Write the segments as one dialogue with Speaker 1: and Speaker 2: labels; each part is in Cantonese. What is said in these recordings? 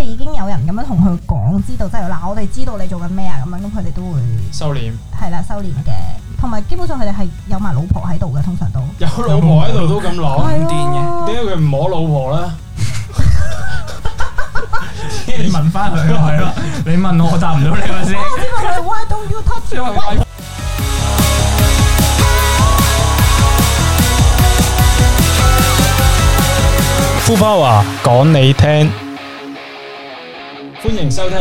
Speaker 1: 已經有人咁樣同佢講，知道即係嗱，我哋知道你做緊咩啊咁樣，咁佢哋都會
Speaker 2: 收斂，
Speaker 1: 係啦收斂嘅，同埋基本上佢哋係有埋老婆喺度嘅，通常都
Speaker 2: 有老婆喺度都咁攞，
Speaker 1: 係
Speaker 3: 哦癲嘅
Speaker 1: 咯
Speaker 2: 點解佢唔摸老婆咧？
Speaker 3: 你問翻佢咯，係咯，你問我，我答唔到你咪先。
Speaker 1: 我知道佢哋 Why don't you touch your wife？
Speaker 2: 呼包啊，講你聽，歡迎收聽。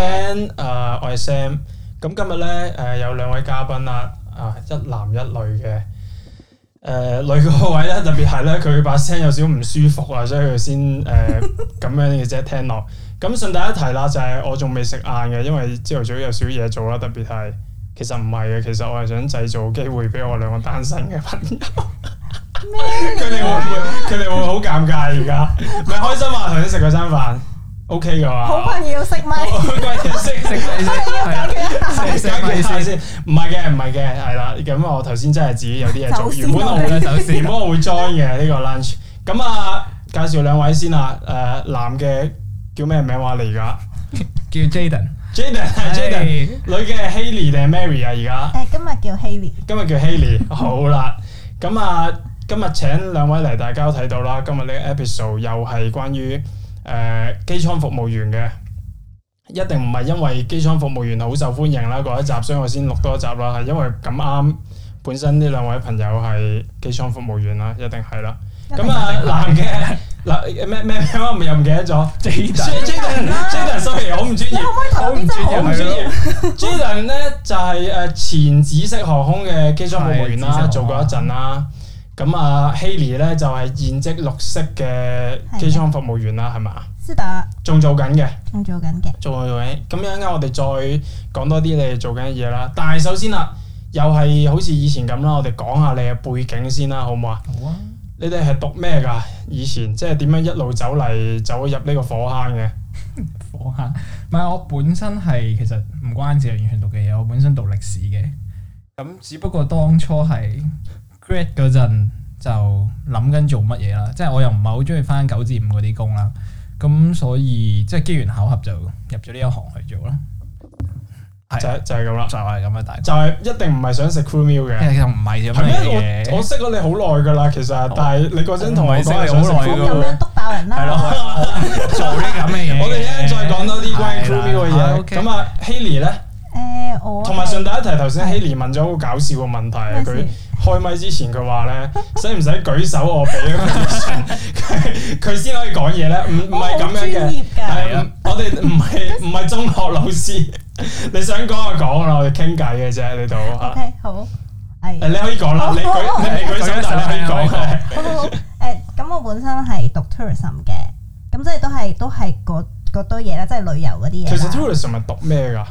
Speaker 2: 誒、我係 Sam。咁今日咧，誒、有兩位嘉賓啦，啊、一男一女嘅。誒、女嗰位 咧，特別係咧，佢把聲有少唔舒服啊，所以佢先誒咁樣嘅啫，聽落。咁順帶一提啦，就係、我仲未食晏嘅，因為朝頭早有少嘢做啦，特別係其實唔係嘅，其實我係想製造機會俾我兩個單身嘅朋友。佢哋會唔會？佢哋會唔會好尷尬而家？唔係開心啊！頭先食嗰餐飯，OK 噶嘛？
Speaker 1: 好朋友食咪？
Speaker 3: 哦
Speaker 2: 貴嘢食
Speaker 3: 食咪先，係啦，食
Speaker 2: 食
Speaker 3: 食咪
Speaker 2: 下
Speaker 3: 先。
Speaker 2: 先。唔啊係啊嘅，唔係嘅，係啦。咁我頭先真係自己有啲嘢
Speaker 1: 走
Speaker 2: 做，
Speaker 1: 先
Speaker 2: 原本我
Speaker 3: 我
Speaker 2: 會
Speaker 3: 咧首先
Speaker 2: 原，本我會 join 嘅呢個 lunch。咁啊，介紹兩位先啊。誒，男嘅叫咩名話嚟噶
Speaker 3: 叫 Jaden。
Speaker 2: ？Jaden 係 Jaden，女嘅係 Haley 定係 Mary 啊？而家？
Speaker 1: 誒，今日叫 Haley，
Speaker 2: 今日叫 Haley，好啦，咁啊，今日請兩位嚟，大家都睇到啦。今日呢個 episode 又係關於誒、呃、機艙服務員嘅，一定唔係因為機艙服務員好受歡迎啦嗰一集，所以我先錄多一集啦，係因為咁啱本身呢兩位朋友係機艙服務員啦，一定係啦。咁啊，男嘅嗱咩咩咩我又唔記得咗。
Speaker 3: Jaden。
Speaker 2: Jaden，Jaden，sorry，好唔專
Speaker 1: 你
Speaker 2: 業
Speaker 1: 可唔。可以
Speaker 2: 好
Speaker 1: 頭
Speaker 2: 唔
Speaker 1: 啲真係
Speaker 2: 專業，
Speaker 1: 好
Speaker 2: 唔專業。Jaden 咧就係誒前紫色航空嘅機艙服務員啦，
Speaker 3: 係
Speaker 2: 做過一陣啦。咁啊，Haley 咧就係現職綠色嘅機艙服務員啦，係嘛？
Speaker 1: 是的，
Speaker 2: 仲做緊嘅，
Speaker 1: 仲做緊嘅。
Speaker 2: 做緊。咁樣啱我哋再講多啲你哋做緊嘅嘢啦。但係首先啦，又係好似以前咁啦，我哋講下你嘅背景先啦，好唔好啊？
Speaker 3: 好啊。
Speaker 2: 你哋係讀咩㗎？以前即係點樣一路走嚟走入呢個火坑嘅？
Speaker 3: 火坑。唔係，我本身係其實唔關自己完全讀嘅嘢，我本身讀歷史嘅。咁只不過當初係 grad 嗰陣就諗緊做乜嘢啦，即係我又唔係好中意翻九至五嗰啲工啦。咁所以即係機緣巧合就入咗呢一行去做啦。係啊
Speaker 2: 就係就係咁啦，
Speaker 3: 就係咁嘅大概。
Speaker 2: 就係一定唔係想食 crew meal 嘅
Speaker 3: 其。實唔係咁
Speaker 2: 係咩
Speaker 3: 嘅？嘢。
Speaker 2: 我我識咗你好耐噶啦，其實，但係你嗰陣同我講係想食
Speaker 3: 我唔係識你好耐㗎
Speaker 1: 咁
Speaker 2: crew
Speaker 3: 喎
Speaker 1: 樣篤爆
Speaker 3: 係
Speaker 1: 人啦，
Speaker 3: 咯，我唔做啲咁嘅嘢嘅。
Speaker 2: meal 我哋一陣再講多啲關於 crew meal 嘅嘢。咁
Speaker 3: 咁啊，哦
Speaker 2: 啊，Haley 咧，
Speaker 1: 誒我
Speaker 2: 同埋順帶一提，頭先
Speaker 1: 係
Speaker 2: Haley 問咗好搞笑嘅問題，
Speaker 1: 咩事
Speaker 2: 佢開咪之前佢話咧，使唔使舉手啊我俾佢 permission，佢佢先可以講嘢咧？唔唔
Speaker 1: 我
Speaker 2: 係
Speaker 1: 好
Speaker 2: 咁樣
Speaker 1: 專
Speaker 2: 嘅，
Speaker 1: 業㗎，
Speaker 2: 係啊，我哋唔 係唔係中學老師， 你想講就講啦，我哋傾偈嘅啫呢度嚇。
Speaker 1: OK 好，係。
Speaker 2: 誒你可以講啦，你舉
Speaker 3: 啊
Speaker 2: 你未舉手，但係你可以講。
Speaker 1: 好好好，誒、咁我本身係讀 tourism 嘅，咁即係都係都係嗰嗰堆嘢啦，即係旅遊嗰啲嘢啦。
Speaker 2: 其
Speaker 3: 啊
Speaker 2: 實 tourism 係讀咩㗎？
Speaker 1: 誒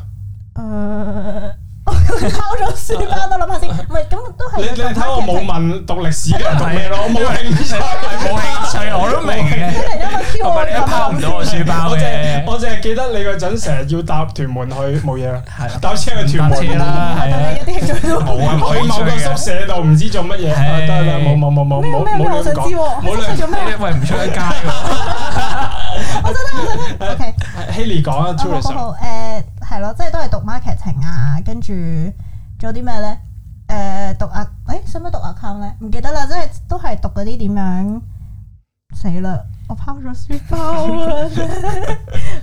Speaker 1: 呃我拋咗書包，等諗下先，唔係咁都係
Speaker 2: 你你睇我冇問讀歷史嘅人讀咩咯，我冇興趣，
Speaker 3: 冇興趣我都明嘅。
Speaker 1: 突然間個 Q
Speaker 3: 同
Speaker 1: 我
Speaker 3: 埋你都拋唔到我書包
Speaker 2: 我淨係
Speaker 3: 嘅，
Speaker 2: 我淨係記得你嗰陣成日要搭屯門去冇嘢啦，
Speaker 3: 係啦
Speaker 2: 搭車去屯
Speaker 3: 搭
Speaker 2: 門
Speaker 3: 車啦，
Speaker 1: 但
Speaker 3: 係
Speaker 1: 係有
Speaker 3: 啊，
Speaker 1: 啲興趣都
Speaker 3: 冇啊，冇
Speaker 2: 去某個宿
Speaker 3: 興趣嘅。
Speaker 2: 舍度唔知做乜嘢，
Speaker 3: 係
Speaker 2: 啊得啦，冇冇冇冇
Speaker 1: 咩
Speaker 2: 冇
Speaker 1: 咩咩，
Speaker 2: 冇
Speaker 1: 我
Speaker 2: 亂
Speaker 1: 想知喎，
Speaker 2: 講，冇
Speaker 1: 我想
Speaker 2: 亂
Speaker 1: 知做咩啊
Speaker 3: 你喂唔出得街喎，
Speaker 1: ？OK。
Speaker 2: Haley 講啊
Speaker 1: 哦好好
Speaker 2: tourism，
Speaker 1: 好誒係咯，即係都係讀 marketing 啊，跟住做啲咩咧？誒、讀啊，誒使唔使讀 account 咧？唔記得啦，即係都係讀嗰啲點樣死啦！我拋咗書包啊啦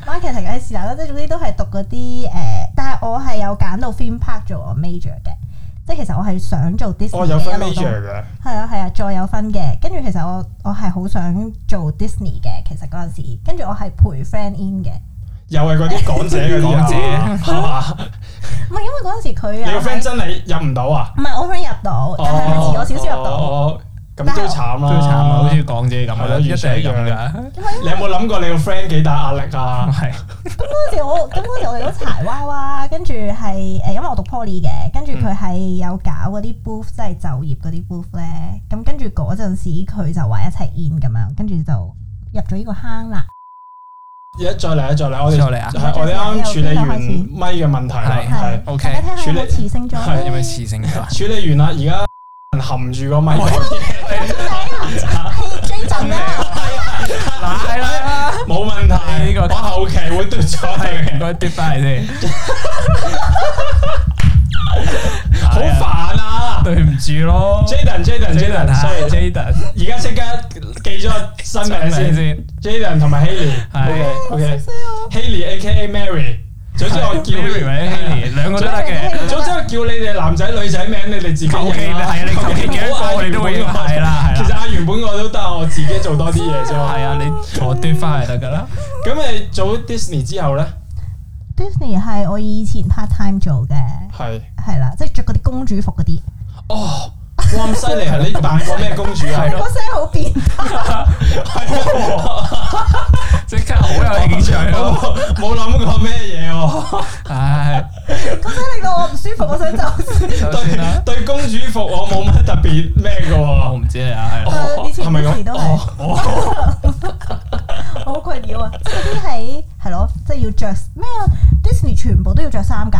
Speaker 1: ，marketing 嘅是但啦，即係總之都係讀嗰啲誒，但係我係有揀到 film park 做我 major 嘅，即係其實我係想做 Disney
Speaker 2: 哦我有
Speaker 1: 嘅
Speaker 2: 分
Speaker 1: 一路都
Speaker 2: major 嘅，
Speaker 1: 係啊係啊，再有分嘅。跟住其實我我係好想做 Disney 嘅，其實嗰陣時，跟住我係陪 friend in 嘅。
Speaker 2: 又係嗰啲港姐嗰啲
Speaker 3: 港姐
Speaker 2: 啊係嘛？
Speaker 1: 唔係因為嗰陣時佢
Speaker 2: 你
Speaker 1: 啊，
Speaker 2: 個 friend 真係入唔到啊？
Speaker 1: 唔係我 friend 入到，但係
Speaker 2: Ờ.
Speaker 1: 佢遲我少少入到。
Speaker 2: 哦，咁都慘
Speaker 3: 都
Speaker 2: 啦，
Speaker 3: 慘
Speaker 4: à,
Speaker 3: 啊，好似港姐咁
Speaker 2: 係咯
Speaker 3: 啊，一定係咁
Speaker 2: 完全
Speaker 3: 㗎。
Speaker 2: 你有冇諗過你個 friend 幾大壓力啊？
Speaker 3: 係
Speaker 1: 咁嗰陣時我，咁嗰陣時我哋都柴娃娃，跟住係誒，因為我讀 poly 嘅，跟住佢係有搞嗰啲 booth，即係就業嗰啲 booth 咧。咁跟住嗰陣時佢就話一齊 in 咁樣，跟住就入咗呢個坑啦。
Speaker 2: 一再嚟，一再嚟，我哋
Speaker 3: 再嚟啊
Speaker 2: 係我哋啱啱處理完咪嘅問題啦，係
Speaker 1: 係
Speaker 3: OK
Speaker 1: 大家聽下有
Speaker 2: 處
Speaker 1: 冇
Speaker 2: 理
Speaker 1: 磁性咗
Speaker 2: 係
Speaker 3: 有
Speaker 1: 咧？
Speaker 3: 咩磁性㗎？
Speaker 2: 處理完啦，而家含住個咪講嘢，
Speaker 1: 係啊係 Jason 啦，
Speaker 4: 嗱，
Speaker 3: 啊
Speaker 4: 系啦，
Speaker 2: 冇問題，
Speaker 4: 呢
Speaker 2: 我
Speaker 4: 個
Speaker 2: 後期會嘟咗
Speaker 4: 系
Speaker 2: 佢
Speaker 4: 唔
Speaker 2: 嘅，
Speaker 4: 該跌翻嚟先，
Speaker 2: 好煩啊
Speaker 4: 對唔住咯。
Speaker 2: ！Jaden，Jaden，Jaden，sorry，
Speaker 4: j a d e n
Speaker 2: 而家即刻記咗個新名
Speaker 4: 新名
Speaker 2: 先
Speaker 4: 先
Speaker 2: ，Jaden 同埋 Haley，
Speaker 4: 係
Speaker 2: OK，OK
Speaker 1: 死我
Speaker 2: Haley A.K.A. Mary，總之我叫
Speaker 4: Mary 或
Speaker 2: Dạ.
Speaker 4: 者 Haley 兩個都得 嘅，
Speaker 2: 總之我叫你哋男仔女仔名，你哋自己
Speaker 4: 求其
Speaker 2: 認啦
Speaker 4: 係你 求其幾多個我哋都 會認係啦係啦
Speaker 2: 其實嗌原本我都得，我自己做多啲嘢啫嘛。
Speaker 4: 係啊，你坐跌翻嚟得噶啦。
Speaker 2: 咁你做 Disney 之後咧，
Speaker 1: Disney 係我以前 part time 做嘅，
Speaker 2: 係
Speaker 1: 係啦，即係着嗰啲公主服嗰啲，
Speaker 2: 哦，哇咁犀利啊！你扮過咩公主啊？
Speaker 1: 嗰聲好變態，
Speaker 4: 即刻好有興趣 咯！
Speaker 2: 我冇諗過咩嘢喎？
Speaker 4: 唉，
Speaker 1: 嗰聲令到我唔舒服，我想走先。
Speaker 4: 首先啦，
Speaker 2: 對對，公主服我冇乜特別咩嘅
Speaker 4: 我
Speaker 2: 喎。
Speaker 4: 唔知你啊，係啦
Speaker 1: 呃誒以前
Speaker 2: 哦係咪咁哦
Speaker 1: Disney 都係我好困擾啊！即係嗰啲喺係咯，即係要着咩啊？Disney 全部都要着衫㗎，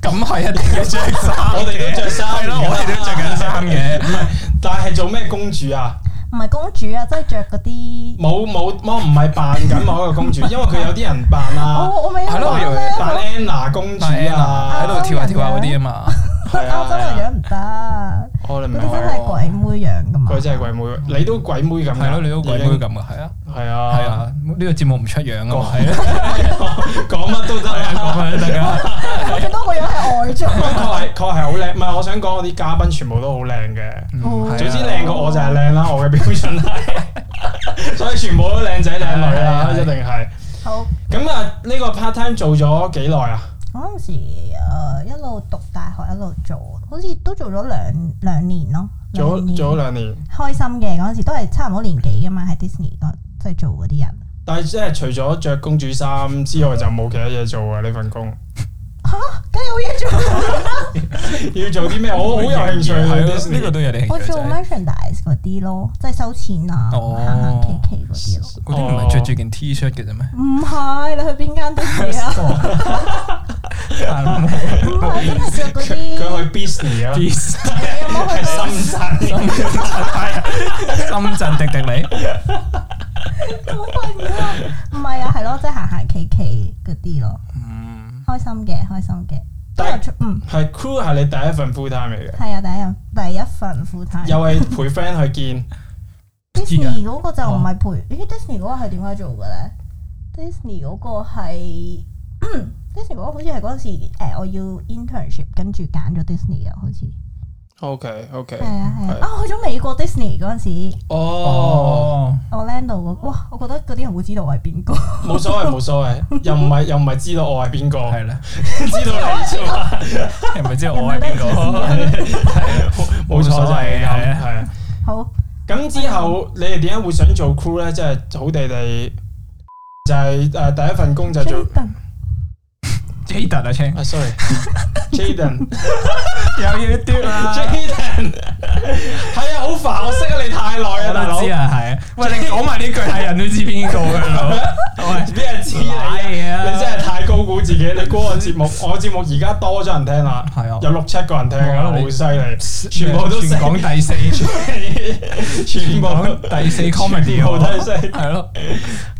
Speaker 4: 咁係一定要着衫嘅，
Speaker 2: 我哋都着衫
Speaker 4: 係咯，我哋都着
Speaker 2: Dạ.
Speaker 4: 緊衫嘅
Speaker 2: 唔。係，但係做咩公主啊？
Speaker 1: 唔係公主啊，即係着嗰啲。
Speaker 2: 冇冇，我 唔係扮緊某一個公主，因為佢有啲人扮啊，
Speaker 1: 哦我我咪有
Speaker 4: 係咯我以為
Speaker 1: 咧，
Speaker 2: 扮 Anna 公主
Speaker 4: 係啊，
Speaker 2: 啊
Speaker 4: 喺，度跳下跳下嗰啲啊嘛，
Speaker 2: 係
Speaker 1: 歐洲人
Speaker 2: 啊，
Speaker 1: 樣唔得，
Speaker 2: 我哋唔
Speaker 1: 嗰
Speaker 2: 係
Speaker 1: 啲真係鬼妹樣㗎嘛。
Speaker 2: 佢真係鬼妹，你都鬼妹咁㗎，
Speaker 4: 係咯，你都鬼妹咁嘅，係啊，
Speaker 2: 係
Speaker 4: 係
Speaker 2: 啊，
Speaker 4: 啊，呢個節目唔出樣啊嘛，係啊，
Speaker 2: 講，講乜都得
Speaker 4: 係啊，
Speaker 2: 啊。
Speaker 4: 講下都得噶，
Speaker 1: 我最多個樣係外
Speaker 2: 不過
Speaker 1: 在。
Speaker 2: 確係確係好靚，唔係我想講我啲嘉賓全部都好靚嘅，
Speaker 4: Ừ,
Speaker 1: 哦
Speaker 2: 總之靚過我就係靚啦，我嘅標準 係，所以全部都靚仔靚女啦，
Speaker 4: 係係係
Speaker 2: 一定係。
Speaker 1: 好，
Speaker 2: 咁啊，呢個 part time 做咗幾耐啊？
Speaker 1: 嗰陣時誒一路讀大學一路做，好似都做咗兩兩年咯。
Speaker 2: 做
Speaker 1: 兩年
Speaker 2: 做咗兩年，
Speaker 1: 開心嘅嗰陣時，都係差唔多年紀㗎嘛，喺 Disney 嗰即係做嗰啲人。
Speaker 2: 但係即係除咗着公主衫之外，就冇其他嘢做啊！呢份 工
Speaker 1: 嚇，梗係有嘢做。
Speaker 2: 要做啲咩？我好
Speaker 4: dạ,
Speaker 2: 有興趣
Speaker 4: 係咯
Speaker 2: 啊！
Speaker 4: 呢個都有啲
Speaker 1: 我
Speaker 4: 興趣
Speaker 1: 做
Speaker 4: 真係
Speaker 1: merchandise 嗰啲咯，即係收錢啊，
Speaker 4: 哦
Speaker 1: 行行企企嗰啲咯。
Speaker 4: 嗰啲唔係着住件 T 恤嘅啫咩？
Speaker 1: 唔係，你去邊間迪士尼啊？ 唔係，真係着嗰
Speaker 2: 佢
Speaker 1: 啲。
Speaker 2: 去 Disney 啊，
Speaker 4: T 恤
Speaker 1: 你有冇去過？
Speaker 2: 深圳。
Speaker 4: 深圳迪迪你
Speaker 1: 好困擾啊！唔係啊，係咯，即係行行企企嗰啲咯，
Speaker 4: 嗯，
Speaker 1: 開心嘅，開心嘅。都
Speaker 2: 但
Speaker 1: 有出，嗯，
Speaker 2: 係 crew 係你第一份 full time 嚟嘅，
Speaker 1: 係啊，第一第一份 full time。
Speaker 2: 又係陪 friend 去見。
Speaker 1: Disney 嗰個就唔係陪，咦？Disney 嗰個係點解做嘅咧？Disney 嗰個係 Disney 嗰個好似係嗰陣時誒我要 internship，跟住揀咗 Disney 啊，好似
Speaker 2: OK OK，
Speaker 1: 係啊係
Speaker 2: 係
Speaker 1: 啊，啊去咗美國 Disney 嗰陣時
Speaker 2: 哦，
Speaker 4: 哦，
Speaker 1: ，Orlando 嗰哇，我覺得嗰啲人會知道我係邊個，
Speaker 2: 冇所謂冇所謂，又唔係又唔係知道我係邊個，
Speaker 4: 係啦，
Speaker 2: 知道你啫嘛，
Speaker 4: 你咪知道我係邊個？
Speaker 2: 冇所謂
Speaker 4: 冇所謂
Speaker 2: 嘅
Speaker 4: 嘅
Speaker 2: 係啊。
Speaker 1: 好
Speaker 2: 咁之後你哋點解會想做 crew 咧？即係好地地就係誒第一份工就做
Speaker 1: Jaden
Speaker 4: Jaden 啊青
Speaker 2: 啊，sorry，Jaden。
Speaker 4: 又要丟 啦
Speaker 2: Jaden，係啊，好煩，我識咗你太耐啊，
Speaker 4: 我
Speaker 2: 大佬
Speaker 4: 都，知啊，係啊，喂，你講埋呢句係人都知邊個噶啦，喂，
Speaker 2: 邊人知你啊？
Speaker 4: 賴嘢啊
Speaker 2: 你真係太高估自己，你估我 節目，我節目而家多咗人聽啦，
Speaker 4: 係啊
Speaker 2: 有六七個人聽啊，
Speaker 4: 哇你
Speaker 2: 好犀利，全部都識
Speaker 4: 全，港第四，
Speaker 2: 全
Speaker 4: 全
Speaker 2: 部
Speaker 4: 港第四 comedy，
Speaker 2: 全部都識
Speaker 4: 係咯，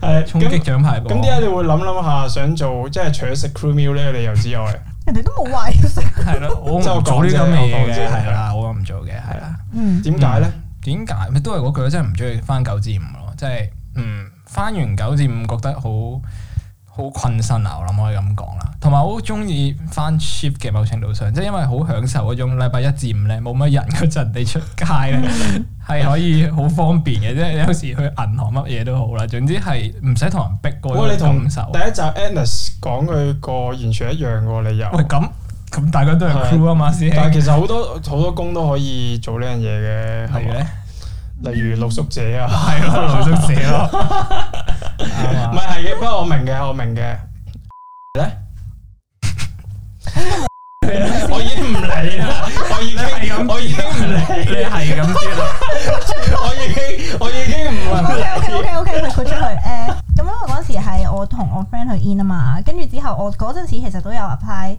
Speaker 2: 係
Speaker 4: 衝擊
Speaker 2: 咁
Speaker 4: 獎牌榜
Speaker 2: 咁點解你會諗諗下想做，即係除咗食 crew meal 呢個理由之外，
Speaker 1: 人哋都冇話要食，
Speaker 4: 係咯，我唔做呢啲咁嘅嘢嘅，係啦，我唔做嘅，係啦。
Speaker 1: 嗯，
Speaker 2: 點解咧？
Speaker 4: 點解？咪都係嗰句，真係唔中意翻九至五咯，即係嗯，翻完九至五覺得好好困身啊！我諗可以咁講啦。同埋我好中意翻 shift 嘅某程度上，即係因為好享受嗰種禮拜一至五咧冇乜人嗰陣，你出街咧係可以好方便嘅，即係有時去銀行乜嘢都好啦。總之係唔使同人逼嗰
Speaker 2: 哇，你
Speaker 4: 種
Speaker 2: 同
Speaker 4: 嗯感受
Speaker 2: 第。一集 Annis 講佢個完全一樣個理由。
Speaker 4: 喂，咁咁大家都係
Speaker 2: 係
Speaker 4: crew 啊嘛，師
Speaker 2: 但係
Speaker 4: 兄
Speaker 2: 其實好多好多工都可以做呢樣嘢嘅，
Speaker 4: 係
Speaker 2: 係嘛
Speaker 4: 咧，
Speaker 2: 例如露宿者啊，
Speaker 4: 係咯，老宿舍咯，
Speaker 3: 啊
Speaker 2: 唔係係嘅，不過我明嘅，我明嘅。咧，我已經唔理啦，我已經
Speaker 4: 係咁
Speaker 2: 我已經唔
Speaker 4: 你
Speaker 2: 理，
Speaker 4: 係咁啲啦。
Speaker 2: 我已經我已經唔
Speaker 1: O K O K
Speaker 2: 理
Speaker 1: O K O K，佢豁出去誒。咁因為嗰陣時係我同我 friend 去 in 啊嘛，跟住之後我嗰陣時其實都有 apply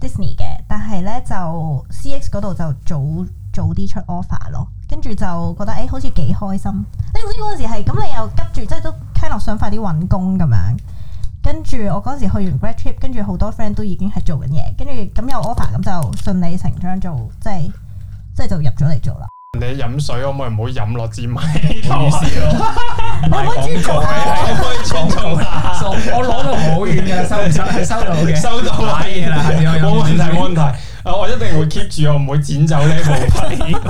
Speaker 1: Disney 嘅，但係咧就 C X 嗰度就早早啲出 offer 咯。跟住就覺得誒、欸好似幾開心。你唔知嗰陣時係咁，你又急住即係都 kind of 想快啲揾工咁樣。跟住我嗰陣時去完 grad trip，跟住好多 friend 都已經係做緊嘢，跟住咁有 offer 咁就順理成章做，即係即係就入咗嚟做啦。
Speaker 2: 你飲水可唔可以唔好飲落支米頭啊？
Speaker 3: 咯，
Speaker 1: 你可唔可以尊重下
Speaker 2: 係可唔可以 尊重下？
Speaker 3: 我攞到好遠嘅，收唔收係收到嘅，
Speaker 2: 收到
Speaker 3: 買 嘢啦，下次我飲
Speaker 2: 冇問題
Speaker 3: 少少
Speaker 2: 冇問題。啊，我一定會 keep 住，我唔會剪走呢部 分。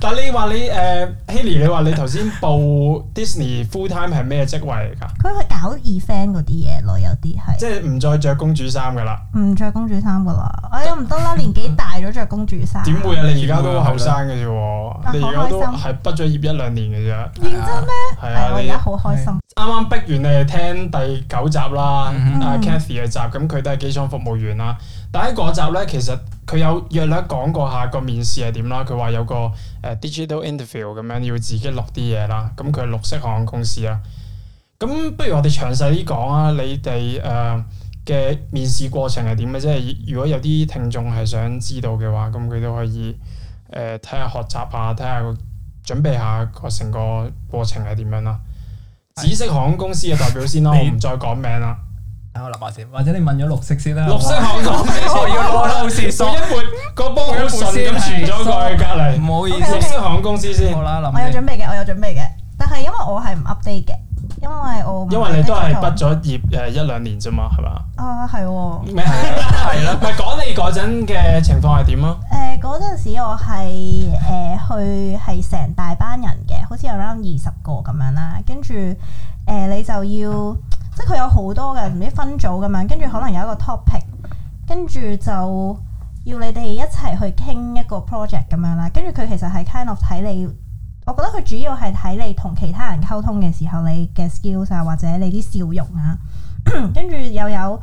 Speaker 2: 但係你話你誒 Haley，你話你頭先報 Disney full time 係咩職位嚟㗎？
Speaker 1: 佢去搞 event 嗰啲嘢咯，有啲係
Speaker 2: 即係唔再着公主衫㗎啦？
Speaker 1: 唔嗯着公主衫噶啦。哎呀唔得啦，年紀大咗着公主衫。
Speaker 2: 點會啊？你而家都後生嘅啫喎，你而家都
Speaker 1: 啊好開
Speaker 2: 係畢咗業一兩年嘅啫。
Speaker 1: 認真咩？
Speaker 2: 係
Speaker 1: 係
Speaker 2: 啊，
Speaker 1: 我而
Speaker 2: 你
Speaker 1: 家好開心。
Speaker 2: 啱啱逼完你哋聽第九集啦
Speaker 3: 嗯，
Speaker 1: 哼
Speaker 2: 阿 Cathy 嘅集，咁佢都係機艙服務員啦。但喺嗰集咧，其實佢有約略講過下個面試係點啦。佢話有個誒、呃 digital interview 咁樣要自己錄啲嘢啦。咁佢係綠色航空公司啦。啊咁不如我哋詳細啲講啊，你哋誒嘅面試過程係點嘅？即係如果有啲聽眾係想知道嘅話，咁佢都可以誒睇下學習下，睇下個準備下個成個過程係點樣啦。紫色航空公司嘅代表先啦，我
Speaker 3: 你
Speaker 2: 唔再講名啦。
Speaker 3: 等我諗下先，或者你問咗綠色 先啦。
Speaker 2: 綠色航空公司，
Speaker 3: 我要攞啦，好
Speaker 2: 佢
Speaker 3: 似疏，
Speaker 2: 一撥個波好順咁傳咗過去隔
Speaker 3: 唔
Speaker 2: 離。
Speaker 3: 好意
Speaker 2: 綠
Speaker 3: 思，
Speaker 2: 色航空公司先
Speaker 3: 好，啦，
Speaker 1: 我有
Speaker 3: 諗
Speaker 1: 準備嘅，我有準備嘅。但係因為我係唔 update 嘅，因為我唔
Speaker 2: 因為你都係畢
Speaker 1: 係
Speaker 2: 咗業誒一兩年啫嘛，係嘛？
Speaker 1: 啊係喎。
Speaker 2: 咩係啦？咪講你嗰陣嘅情況係點啊咯？
Speaker 1: 誒呃嗰陣時我係誒、去係成大班人嘅，好似 around 二十個咁樣啦。跟住誒你就要，即係佢有好多嘅唔知分組咁樣，跟住可能有一個 topic，跟住就要你哋一齊去傾一個 project 咁樣啦。跟住佢其實係 kind of 睇你，我覺得佢主要係睇你同其他人溝通嘅時候你嘅 skills 啊，或者你啲笑容啊， 跟住又有。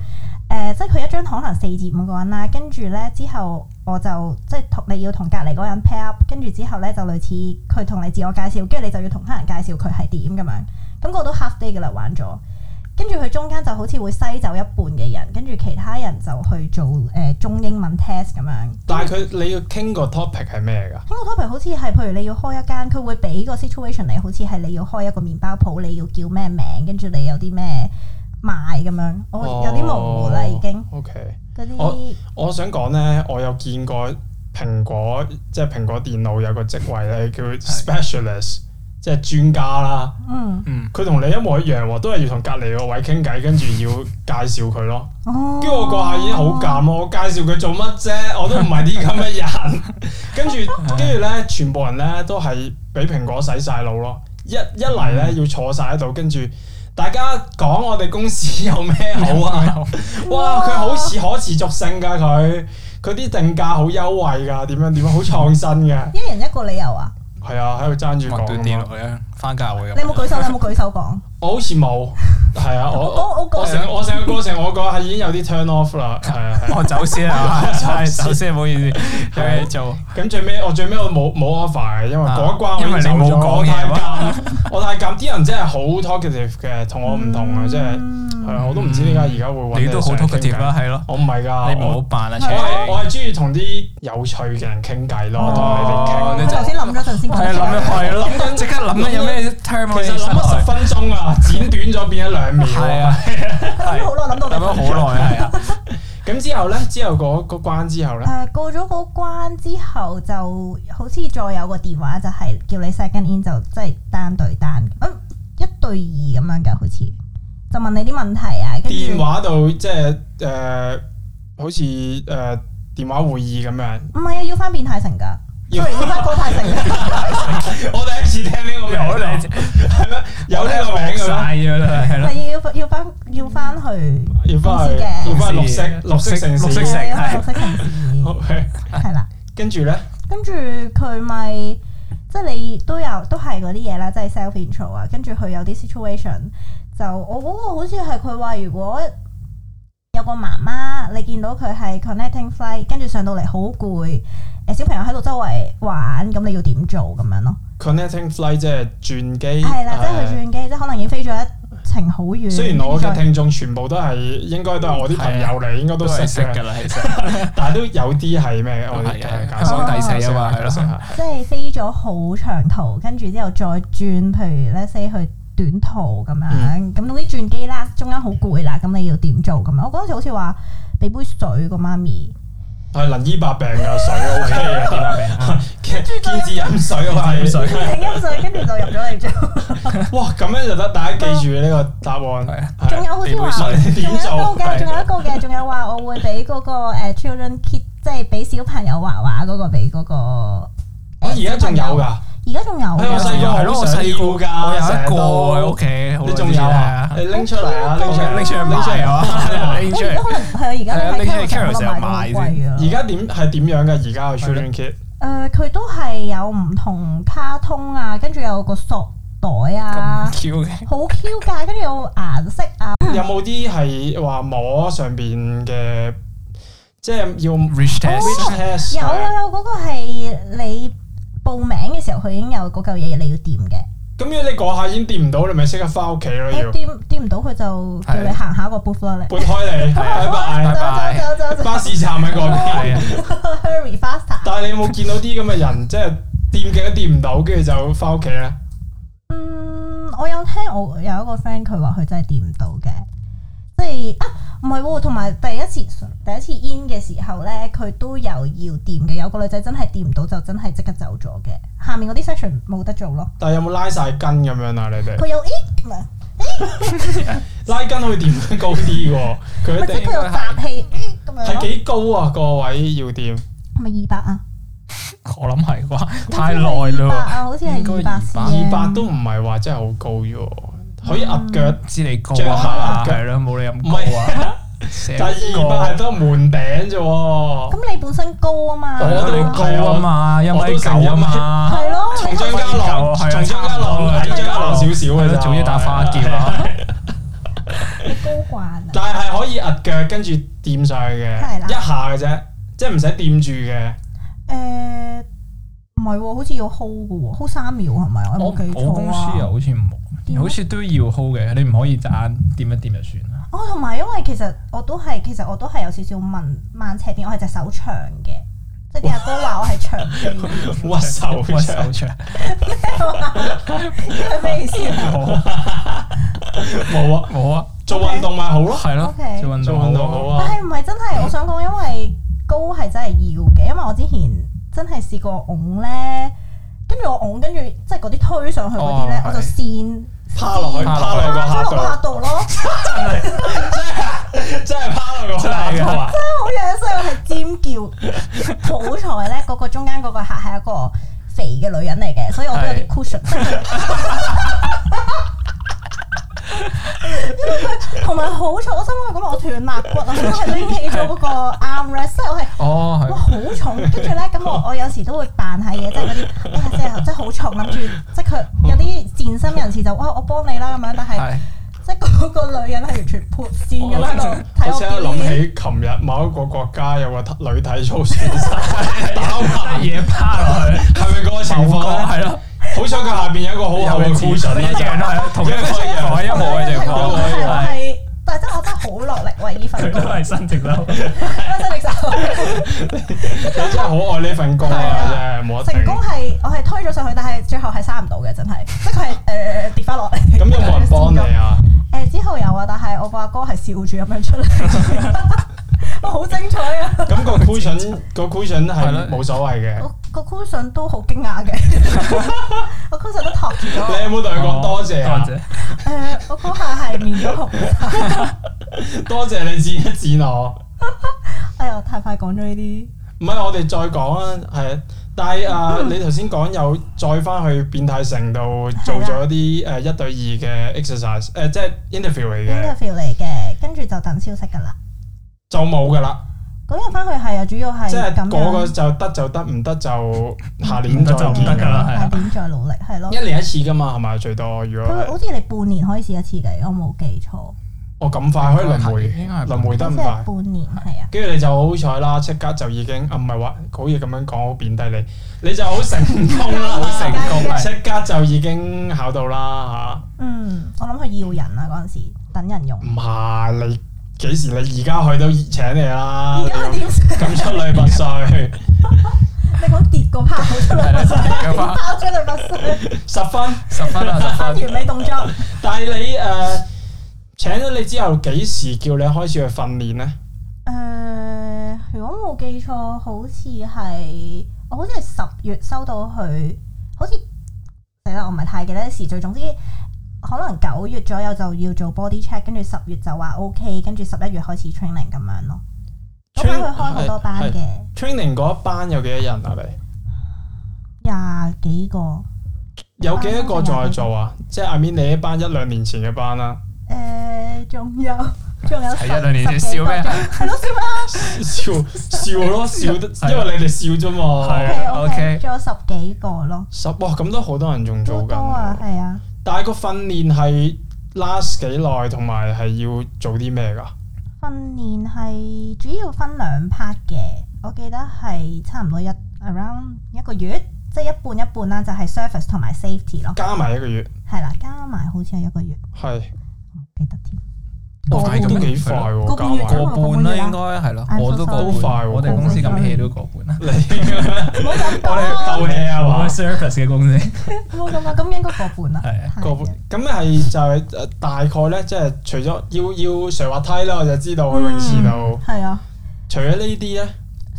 Speaker 1: 誒、即係佢一張可能四至五個人啦，跟住咧之後我就即係同你要同隔離嗰人 pair up，跟住之後咧就類似佢同你自我介紹，跟住你就要同他人介紹佢係點咁樣。咁、個都 half day 噶啦，玩咗。跟住佢中間就好似會篩走一半嘅人，跟住其他人就去做誒、中英文 test 咁樣。
Speaker 2: 但係佢你要傾個 topic 係咩㗎？
Speaker 1: 呢個 topic 好似係，譬如你要開一間，佢會俾個 situation 你，好似係你要開一個麵包鋪，你要叫咩名，跟住你有啲咩賣咁樣。我有啲模糊啦，已經
Speaker 2: 哦 OK。
Speaker 1: 嗰啲。
Speaker 2: 我我想講咧，我有見過蘋果，即係蘋果電腦有個職位咧叫 specialist，即係專家啦。
Speaker 1: 嗯，
Speaker 3: 嗯，
Speaker 2: 佢同你一模一樣喎，都係要同隔離個位傾偈，跟住要介紹佢咯。
Speaker 1: 哦，
Speaker 2: 跟住我嗰下已經好尷咯，我介紹佢做乜啫？我都唔係啲咁嘅人。跟 住跟住咧，全部人咧都係俾蘋果洗晒腦咯。一一嚟咧要坐晒喺度，跟住大家講我哋公司 有咩好啊？哇！佢好似可持續性㗎，佢佢啲定價好優惠㗎，點樣點樣好創新嘅，
Speaker 1: 一人一個理由啊！
Speaker 2: 係啊，喺度爭住
Speaker 3: 望斷
Speaker 2: 講
Speaker 3: 啲
Speaker 2: 㗎嘛
Speaker 3: 落去啊，翻教會咁。
Speaker 1: 你有冇舉手？你有冇舉手講？
Speaker 2: 我好似冇，係啊，我
Speaker 1: 我我講
Speaker 2: 我成我成個過程我講係已經有啲 turn off 啦，係啊，係啊
Speaker 3: 我走先 啦，係走先，唔好意思，有嘢做。
Speaker 2: 咁最尾我最尾我冇冇 offer 嘅，因為嗰一關我已經走
Speaker 3: 啊因為你
Speaker 2: 咗
Speaker 3: 冇講
Speaker 2: 我
Speaker 3: 嘢
Speaker 2: 太
Speaker 3: 啊
Speaker 2: 監， 我太監啲人真係好 talkative 嘅，同我唔同啊，即係係啊，我都唔知點解而家會揾
Speaker 3: 嗯你都好
Speaker 2: 上嚟
Speaker 3: t a l
Speaker 2: 傾
Speaker 3: k
Speaker 2: 偈
Speaker 3: 啦，，係咯，
Speaker 2: 我唔係㗎，
Speaker 3: 你唔好
Speaker 2: 我
Speaker 3: 扮啦，
Speaker 2: 我係
Speaker 3: 係
Speaker 2: 我係中意同啲有趣嘅人傾偈咯，同你哋傾
Speaker 3: 哦。
Speaker 1: 我
Speaker 3: 你
Speaker 1: 頭先諗咗陣先講
Speaker 3: 啊，
Speaker 1: 出
Speaker 3: 諗
Speaker 1: 嚟。
Speaker 3: 咗係 咯，即刻諗緊有咩 term 可以
Speaker 2: 其實諗咗十分鐘啊，剪短咗變咗兩 秒。
Speaker 3: 係啊，
Speaker 1: 諗咗好耐，
Speaker 3: 諗
Speaker 1: 諗到
Speaker 3: 咗好耐係啊，
Speaker 2: 咁之後咧，之後嗰嗰關之後咧，
Speaker 1: 誒過咗嗰關之後，就好似再有個電話就係叫你 second in 就即係單對單，嗯一對二咁樣嘅，好似就問你啲問題啊，
Speaker 3: 嗯
Speaker 1: 跟
Speaker 2: 電
Speaker 1: 住
Speaker 2: 話度即係誒，好似誒電話會議咁樣。
Speaker 1: 唔係啊，要翻變態城㗎
Speaker 2: 要
Speaker 1: ，sorry 要翻高泰城 㗎，
Speaker 2: 我第一次聽呢個名
Speaker 3: 有
Speaker 2: 喎，
Speaker 3: 你
Speaker 2: 係咩？有呢個名嘅咩？
Speaker 3: 晒咗啦，係咯，
Speaker 1: 係啊要要翻要翻去
Speaker 2: 要翻去，要
Speaker 1: 公
Speaker 2: 翻去綠
Speaker 3: 司
Speaker 2: 色
Speaker 3: 嘅
Speaker 2: 綠色城市。
Speaker 3: 綠色
Speaker 1: 係
Speaker 3: 城
Speaker 1: 啊要
Speaker 3: 係
Speaker 1: 翻綠色城市
Speaker 2: OK，
Speaker 1: 係啦。
Speaker 2: 跟住咧，
Speaker 1: 跟住佢咪即係你都有都係嗰啲嘢啦，即係 self intro 啊。跟住佢有啲 situation 就我嗰個好似係佢話，如果有個媽媽你見到佢係 connecting flight，跟住上到嚟好攰，誒小朋友喺度周圍玩，咁你要點做咁樣咯？À,
Speaker 2: connecting flight 即係轉機，
Speaker 1: 係啦，即係佢轉機，即係可能已經飛咗一情好遠。
Speaker 2: 雖然我
Speaker 1: 再
Speaker 2: 嘅聽眾全部都係應該都係我啲朋友嚟，應該都
Speaker 4: 都
Speaker 2: 識
Speaker 4: 係識
Speaker 2: 嘅，
Speaker 4: 㗎啦，其實
Speaker 2: 但係都有啲係咩？我哋
Speaker 4: 係啊
Speaker 2: 介
Speaker 4: 係
Speaker 2: 紹
Speaker 4: 雙
Speaker 2: 下
Speaker 4: 第四啊嘛，係
Speaker 2: 係
Speaker 4: 咯
Speaker 2: 咯，識下
Speaker 1: 即係飛咗好長途，跟住之後再轉，譬如 let's say 去短途咁
Speaker 2: 嗯
Speaker 1: 樣，咁總之轉機啦，中間好攰啦，咁你要點做咁樣？我嗰陣時好似話俾杯水個媽 咪，
Speaker 2: 係能醫百病嘅水 OK 嘅， 堅堅持飲水我係
Speaker 3: 堅持飲水
Speaker 1: 整飲水，跟住就入咗嚟做。
Speaker 2: 哇，咁樣就得，大家記住呢個答
Speaker 4: 係啊
Speaker 2: 案。
Speaker 1: 仲有好似話，
Speaker 2: 俾杯水
Speaker 1: 仲有一
Speaker 2: 點
Speaker 1: 個
Speaker 2: 做？
Speaker 1: 嘅，仲有一個嘅，仲有話我會俾嗰個誒 children kit，即係俾小朋友畫畫嗰個俾嗰個。呃
Speaker 2: 我啊而家仲有㗎。
Speaker 1: 而家仲有
Speaker 2: 哎
Speaker 1: 㗎。
Speaker 2: 我細個
Speaker 4: 哦係咯，我細個㗎，我有一個喺屋企，好
Speaker 2: 你
Speaker 4: 耐
Speaker 2: 仲
Speaker 4: 之
Speaker 2: 有
Speaker 4: 前哦
Speaker 2: 啊？你拎出嚟啊！
Speaker 1: 我
Speaker 2: 拎出嚟，
Speaker 4: 拎出嚟哦
Speaker 2: 拎出嚟啊！
Speaker 4: 拎出
Speaker 1: 喂而家
Speaker 4: 嚟
Speaker 1: 可能係啊，而家你
Speaker 4: 係啊
Speaker 1: 喺
Speaker 4: 你
Speaker 1: Carousell 可
Speaker 4: Carousell
Speaker 1: 能買到好貴啊。
Speaker 2: 而家點係點樣嘅？而家嘅 Children Kit
Speaker 1: 誒，佢都係有唔同卡通啊，跟住有個索袋啊，
Speaker 4: 咁 Q 嘅，
Speaker 1: 好 Q 㗎，跟住有顏色啊，
Speaker 2: 有冇啲係話摸上邊嘅，即係要
Speaker 4: reach test，
Speaker 2: reach test
Speaker 1: 有啊有有嗰個係你報名嘅時候，佢已經有嗰嚿嘢你要掂嘅，
Speaker 2: 咁如果你嗰下已經掂唔到，你咪即刻翻屋企咯，
Speaker 1: 你
Speaker 2: 要
Speaker 1: 掂掂唔到佢就叫你
Speaker 4: 係
Speaker 1: 行下一個 booth 啦，你
Speaker 2: 撥開你，拜
Speaker 1: 走
Speaker 4: 啊拜
Speaker 1: 走走
Speaker 2: 拜，
Speaker 1: 走
Speaker 2: 巴士站喺嗰邊。
Speaker 4: 係啊，
Speaker 1: ，hurry faster。
Speaker 2: 但係你有冇見到啲咁嘅人，即係掂極都掂唔到，跟住就翻屋企咧？
Speaker 1: 嗯，我有聽我有一個 friend 佢話佢真係掂唔到嘅，即係啊唔係喎，同埋第一次第一次 in 嘅時候咧，佢都有要掂嘅，有個女仔真係掂唔到就真係即刻走咗嘅，下面嗰啲 section 冇得做咯。
Speaker 2: 但係有冇拉晒筋咁樣啊？你哋
Speaker 1: 佢有欸咦唔係，
Speaker 2: 拉筋可以掂得 高啲喎，佢
Speaker 1: 咪
Speaker 2: 一
Speaker 1: 即係
Speaker 2: 定
Speaker 1: 佢有雜氣咦咁樣
Speaker 2: 係
Speaker 1: 咯，
Speaker 2: 幾高啊？個位要掂。
Speaker 1: 係咪二百啊？
Speaker 4: 我諗係啩，太耐啦，
Speaker 1: 好似係二百啊，好似係
Speaker 2: 二
Speaker 1: 二百
Speaker 2: 百都唔係話真係好高啫喎，可以壓腳，
Speaker 4: 知你高啊，係咯，冇你咁高啊，
Speaker 2: 但係二百係得門頂啫喎。
Speaker 1: 咁你本身高啊嘛，
Speaker 2: 我都
Speaker 4: 你高啊嘛，一米九啊嘛，
Speaker 1: 係咯，
Speaker 2: 同
Speaker 1: 你
Speaker 2: 張家朗，
Speaker 4: 係啊
Speaker 2: 同張家朗矮張家朗少少
Speaker 4: 係
Speaker 2: 嘅
Speaker 4: 咯，
Speaker 2: 啫，
Speaker 4: 早啲打花劍啊，
Speaker 1: 你高慣啊。
Speaker 2: 但係可以壓腳跟住掂上去嘅，
Speaker 1: 係啦
Speaker 2: 一下嘅啫，即係唔使掂住嘅。
Speaker 1: 誒唔係喎，好似要 hold 嘅喎，hold 三秒係咪？我
Speaker 4: 我
Speaker 1: 有冇記
Speaker 4: 我公
Speaker 1: 錯
Speaker 4: 司又
Speaker 1: 啊？
Speaker 4: 好似
Speaker 1: 點
Speaker 4: 冇，
Speaker 1: 啊
Speaker 4: 好似都要 hold 嘅，你唔可以隻眼掂一掂就算啦。
Speaker 1: 哦，同埋因為其實我都係，其實我都係有少少慢慢斜啲，我係隻手長嘅，即係啲阿哥話我係長臂，
Speaker 2: 屈手
Speaker 4: 屈手
Speaker 2: 長
Speaker 4: 出嚟，
Speaker 1: 係咩意思啊
Speaker 2: 冇
Speaker 4: 冇啊
Speaker 2: 啊！
Speaker 4: 冇啊，
Speaker 2: 做運動咪好咯，
Speaker 4: 係咯，
Speaker 1: OK
Speaker 4: 做運
Speaker 2: 做運
Speaker 4: 動
Speaker 2: 動
Speaker 4: 好
Speaker 2: 好
Speaker 4: 啊，
Speaker 1: 但
Speaker 2: 啊。
Speaker 1: 係唔係真係？我想講，因為高係真係要嘅，因為我之前真係試過拱咧，跟住我拱，跟住即係嗰啲推上去嗰啲咧
Speaker 4: 哦，
Speaker 1: 我就
Speaker 4: 係
Speaker 1: 跣
Speaker 2: 趴落
Speaker 1: 跣
Speaker 2: 去，趴落去個
Speaker 1: 趴咗落
Speaker 2: 客
Speaker 1: 個
Speaker 2: 度，
Speaker 1: 客度咯。
Speaker 2: 真係趴落個客
Speaker 4: 真係
Speaker 2: 度啊！
Speaker 1: 好樣衰，我係尖叫。好彩咧，嗰個中間嗰個客係一個肥嘅女人嚟嘅，所以我都有啲 cushion。因為佢同埋好彩，我心諗咁我斷肋骨啊，我係拎起咗嗰個 armrest，即係我係。
Speaker 4: 哦
Speaker 1: 哇，
Speaker 4: 係。
Speaker 1: 好重！跟住咧，咁我我有時都會扮下嘢，即係嗰啲，哎呀，真係真係好重，諗住即係佢有啲善心人士就哇，我幫你啦咁樣，但係
Speaker 4: 係
Speaker 1: 即係嗰個女人係完全潑線咁喺度 睇
Speaker 2: 我
Speaker 1: 我
Speaker 2: 即刻
Speaker 1: 表
Speaker 2: 諗
Speaker 1: 演。
Speaker 2: 起琴日某一個國家有個女體操 選手打
Speaker 4: 乜
Speaker 2: 麻，
Speaker 4: 嘢趴落去，
Speaker 2: 係咪嗰個情
Speaker 4: 某個
Speaker 2: 況咧？
Speaker 4: 係咯，
Speaker 2: 好彩佢下邊有一個好厚嘅 cushion
Speaker 4: 一樣啦，係咯同一個情況一模嘅情
Speaker 1: 我
Speaker 4: 況，
Speaker 1: 係我
Speaker 4: 係
Speaker 1: 係，但係真係我真係好落力為呢份
Speaker 4: 佢
Speaker 1: 工
Speaker 4: 都，係伸直手，
Speaker 1: 真係成
Speaker 2: 你真係好愛呢份工
Speaker 1: 係
Speaker 2: 啊！
Speaker 1: 啊
Speaker 2: 真係冇得
Speaker 1: 成功
Speaker 2: 頂。
Speaker 1: 係我係推咗上去，但係最後係生唔到嘅，真係，即係佢係誒跌翻落嚟。
Speaker 2: 咁有冇人 幫你啊？
Speaker 1: 誒之後有啊，但係我個阿哥係笑住咁樣出嚟， 我好精彩啊！
Speaker 2: 咁個 cushion 個 cushion
Speaker 4: 係咯
Speaker 2: 係冇所謂嘅。
Speaker 1: 我個 cushion 都好驚訝嘅， 我 cushion 都托住咗
Speaker 2: 你
Speaker 1: 我。
Speaker 2: 有冇同佢講多謝啊？
Speaker 4: 多謝，
Speaker 1: 誒，我嗰下係面咗紅晒。
Speaker 2: 多謝你指一指我。
Speaker 1: 哎呀，太快講咗呢啲。
Speaker 2: 唔係我哋再講啊，係。但係啊，你頭先講有再翻去變態城度做咗啲誒一對二嘅 exercise，誒即係 interview 嚟嘅，
Speaker 1: interview 嚟嘅，跟住就等消息㗎啦。
Speaker 2: 就冇㗎啦。
Speaker 1: 嗰日翻去係啊，主要係
Speaker 2: 即係
Speaker 1: 咁
Speaker 2: 嗰個
Speaker 1: 樣，
Speaker 2: 就得就得，唔得就下年再
Speaker 4: 唔得就唔
Speaker 2: 見
Speaker 4: 得㗎啦係啊
Speaker 1: 大點再努力係咯。
Speaker 2: 一年一次㗎嘛，係咪最多？如果
Speaker 1: 佢好似你半年可以試一次嘅，我冇記錯。
Speaker 2: 哦咁快可以輪迴，
Speaker 4: 應該係
Speaker 2: 輪迴得
Speaker 1: 即系
Speaker 2: 咁快，
Speaker 1: 半年係啊，
Speaker 2: 跟住你就好彩啦，即刻就已經啊唔係話好似咁樣講好貶低你，你就好成功啦，
Speaker 1: 好成功
Speaker 2: 即刻就已經考到啦
Speaker 1: 嗯，我諗佢要人啦嗰阵时，等人用
Speaker 2: 吓，。唔係你幾時你而家去都請你啦，
Speaker 1: 而家佢點算？
Speaker 2: 咁出類拔萃，
Speaker 1: 你講跌個拋出嚟咪衰，
Speaker 4: 係啦
Speaker 1: 拋出嚟咪衰，
Speaker 2: 十分。
Speaker 4: 十分啊， 十
Speaker 1: 翻
Speaker 4: 分。
Speaker 1: 完美動作。
Speaker 2: 但係你誒、呃、請咗你之後，幾時叫你開始去訓練呢？
Speaker 1: 誒、呃如果冇記錯，好似係我好似係十月收到佢，好似死啦，我唔係太記得啲時序。總之可能九月左右就要做 body check，跟住十月就話 OK，跟住十一月開始 training 咁樣咯。嗰排佢開好多班嘅，
Speaker 2: training 嗰一班有幾多人啊？你
Speaker 1: 廿幾個誒、
Speaker 2: 有幾多個在做啊？即係 I mean 你一班一兩年前嘅班啦、
Speaker 1: 仲 有仲有
Speaker 4: 係
Speaker 1: 十
Speaker 4: 一兩年前
Speaker 1: 十幾個
Speaker 4: 笑咩
Speaker 1: 仲係咯，笑 咩啊
Speaker 2: 笑笑咯，笑得，因為你哋笑啫嘛。
Speaker 4: 係啊
Speaker 1: ？OK
Speaker 4: OK
Speaker 1: OK，仲有十幾個咯，
Speaker 2: 十哇，咁都好多人仲
Speaker 1: 都
Speaker 2: 做緊
Speaker 1: 多啊，
Speaker 2: 喎。
Speaker 1: 係啊。
Speaker 2: 但係個訓練係 last 幾耐，同埋係要做啲咩㗎？
Speaker 1: 訓練係主要分兩 part 嘅，我記得係差唔多一 around 一個月，即係一半一半啦，就係 service 同埋 safety 咯，
Speaker 2: 加埋一個月，
Speaker 1: 係啦，加埋好似係一個月，
Speaker 2: 係
Speaker 1: 唔記得添。
Speaker 4: 都
Speaker 1: 個
Speaker 4: 快
Speaker 1: 半
Speaker 4: 咁
Speaker 2: 都幾快喎，
Speaker 1: 個
Speaker 2: 加
Speaker 1: 半月
Speaker 2: 埋
Speaker 4: 個半啦，應該係咯，我都個半
Speaker 2: 都快喎
Speaker 4: 我哋公司咁 hea 都個半啦。
Speaker 2: 你
Speaker 1: 唔
Speaker 2: 我
Speaker 1: 好咁
Speaker 2: 哋
Speaker 1: 講，
Speaker 2: 鬥氣啊嘛
Speaker 4: 我。service 嘅公司
Speaker 1: 唔好咁講，咁應該個半啦，
Speaker 4: 係啊
Speaker 1: 係嗯
Speaker 2: 個咁係就係誒大概咧，即係除咗要要上滑梯啦，我就知道去泳池度。
Speaker 1: 係啊，
Speaker 2: 除咗呢啲咧，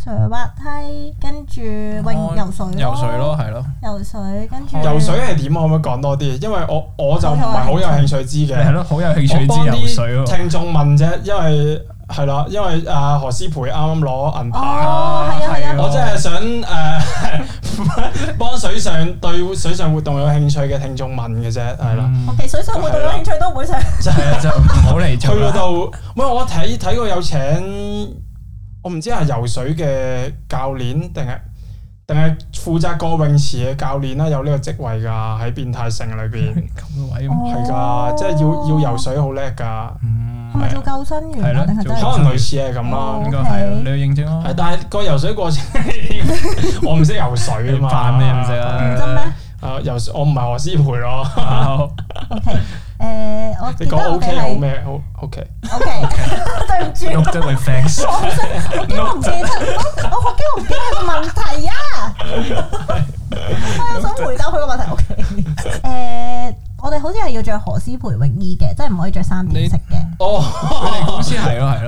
Speaker 1: 上滑梯，跟住泳游水，
Speaker 4: 哦游水，咯，係咯，
Speaker 1: 游水跟住
Speaker 2: 游水係點？可唔可以講多啲？因為我我就唔係哦好有興趣知
Speaker 4: 你係
Speaker 2: 嘅。
Speaker 4: 咯，好有興
Speaker 2: 我
Speaker 4: 趣
Speaker 2: 幫
Speaker 4: 知游水
Speaker 2: 啲
Speaker 4: 喎。
Speaker 2: 聽眾問啫，因為係啦，因為阿何詩蓓啱啱攞銀牌，
Speaker 1: 哦，係啊係啊，
Speaker 2: 我真係想誒 幫水上對水上活動有興趣嘅聽眾問嘅啫，係啦。
Speaker 4: 嗯
Speaker 1: 我其實水上活動有興趣都唔會上，
Speaker 4: 就就唔好嚟
Speaker 2: 去
Speaker 4: 做
Speaker 2: 嗰
Speaker 4: 啦。
Speaker 2: 度，喂，我睇睇過有請，我唔知係游水嘅教練定係定係負責過泳池嘅教練啦，有呢個職位㗎喺變態城裏邊，
Speaker 4: 咁嘅位，
Speaker 2: 係㗎，即係要要游水好叻㗎，
Speaker 4: 嗯
Speaker 1: 係，咪做救生員
Speaker 4: 係
Speaker 1: 啊？
Speaker 4: 咯
Speaker 1: 定係真係
Speaker 2: 可能類似係咁啦。
Speaker 4: 應該係啊你要認證咯
Speaker 2: 係，。但係個游水過程，我唔識游水啊嘛，
Speaker 4: 你扮咩唔識啊
Speaker 1: 認真咩？
Speaker 2: 誒游水我唔係何詩蓓咯，
Speaker 4: 好
Speaker 1: O K，誒，我記得
Speaker 2: 你講
Speaker 1: 我哋
Speaker 2: OK 好
Speaker 1: 係
Speaker 2: 咩？好 OK，
Speaker 1: O K，對 唔
Speaker 4: 喐
Speaker 1: 住，
Speaker 4: 得你 fans，
Speaker 1: 我好想，我驚我唔記得，我好驚我唔記得個問題啊！我又想回答佢個問題。O K，誒，我哋好似係要着何詩蓓泳衣嘅，即係唔可以着三點式嘅。
Speaker 4: 我哋 公
Speaker 2: 哦，
Speaker 4: 司係咯係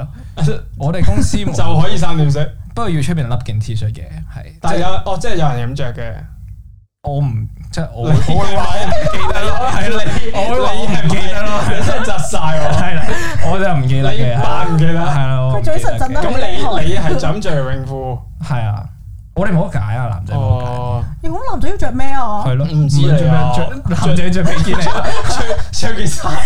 Speaker 4: 咯，我哋公司冇
Speaker 2: 就可以三點式，
Speaker 4: 不過要出邊笠件 T 恤嘅，係。
Speaker 2: 但係有哦，即係有人咁着嘅。
Speaker 4: 我唔即係我
Speaker 2: 你
Speaker 4: 我會話
Speaker 2: 唔記得咯，係你，
Speaker 4: 我會話我唔記得咯
Speaker 2: 你真係窒晒我，
Speaker 4: 係啦，我就唔記得
Speaker 2: 你
Speaker 4: 嘅，
Speaker 2: 扮唔記得。
Speaker 4: 係啦，我唔
Speaker 1: 佢嘴唇
Speaker 4: 記
Speaker 1: 震
Speaker 4: 得
Speaker 1: 得
Speaker 4: 嘅
Speaker 2: 咁你你係就咁着泳褲，
Speaker 4: 係啊，我哋冇得解啊，男
Speaker 2: Ờ.
Speaker 4: 仔冇得解，
Speaker 2: 哦，
Speaker 1: 如果男仔要着咩啊？
Speaker 4: 係咯，
Speaker 2: 唔知你啊
Speaker 4: 着咩着男仔着比堅尼，
Speaker 2: 着着件鯊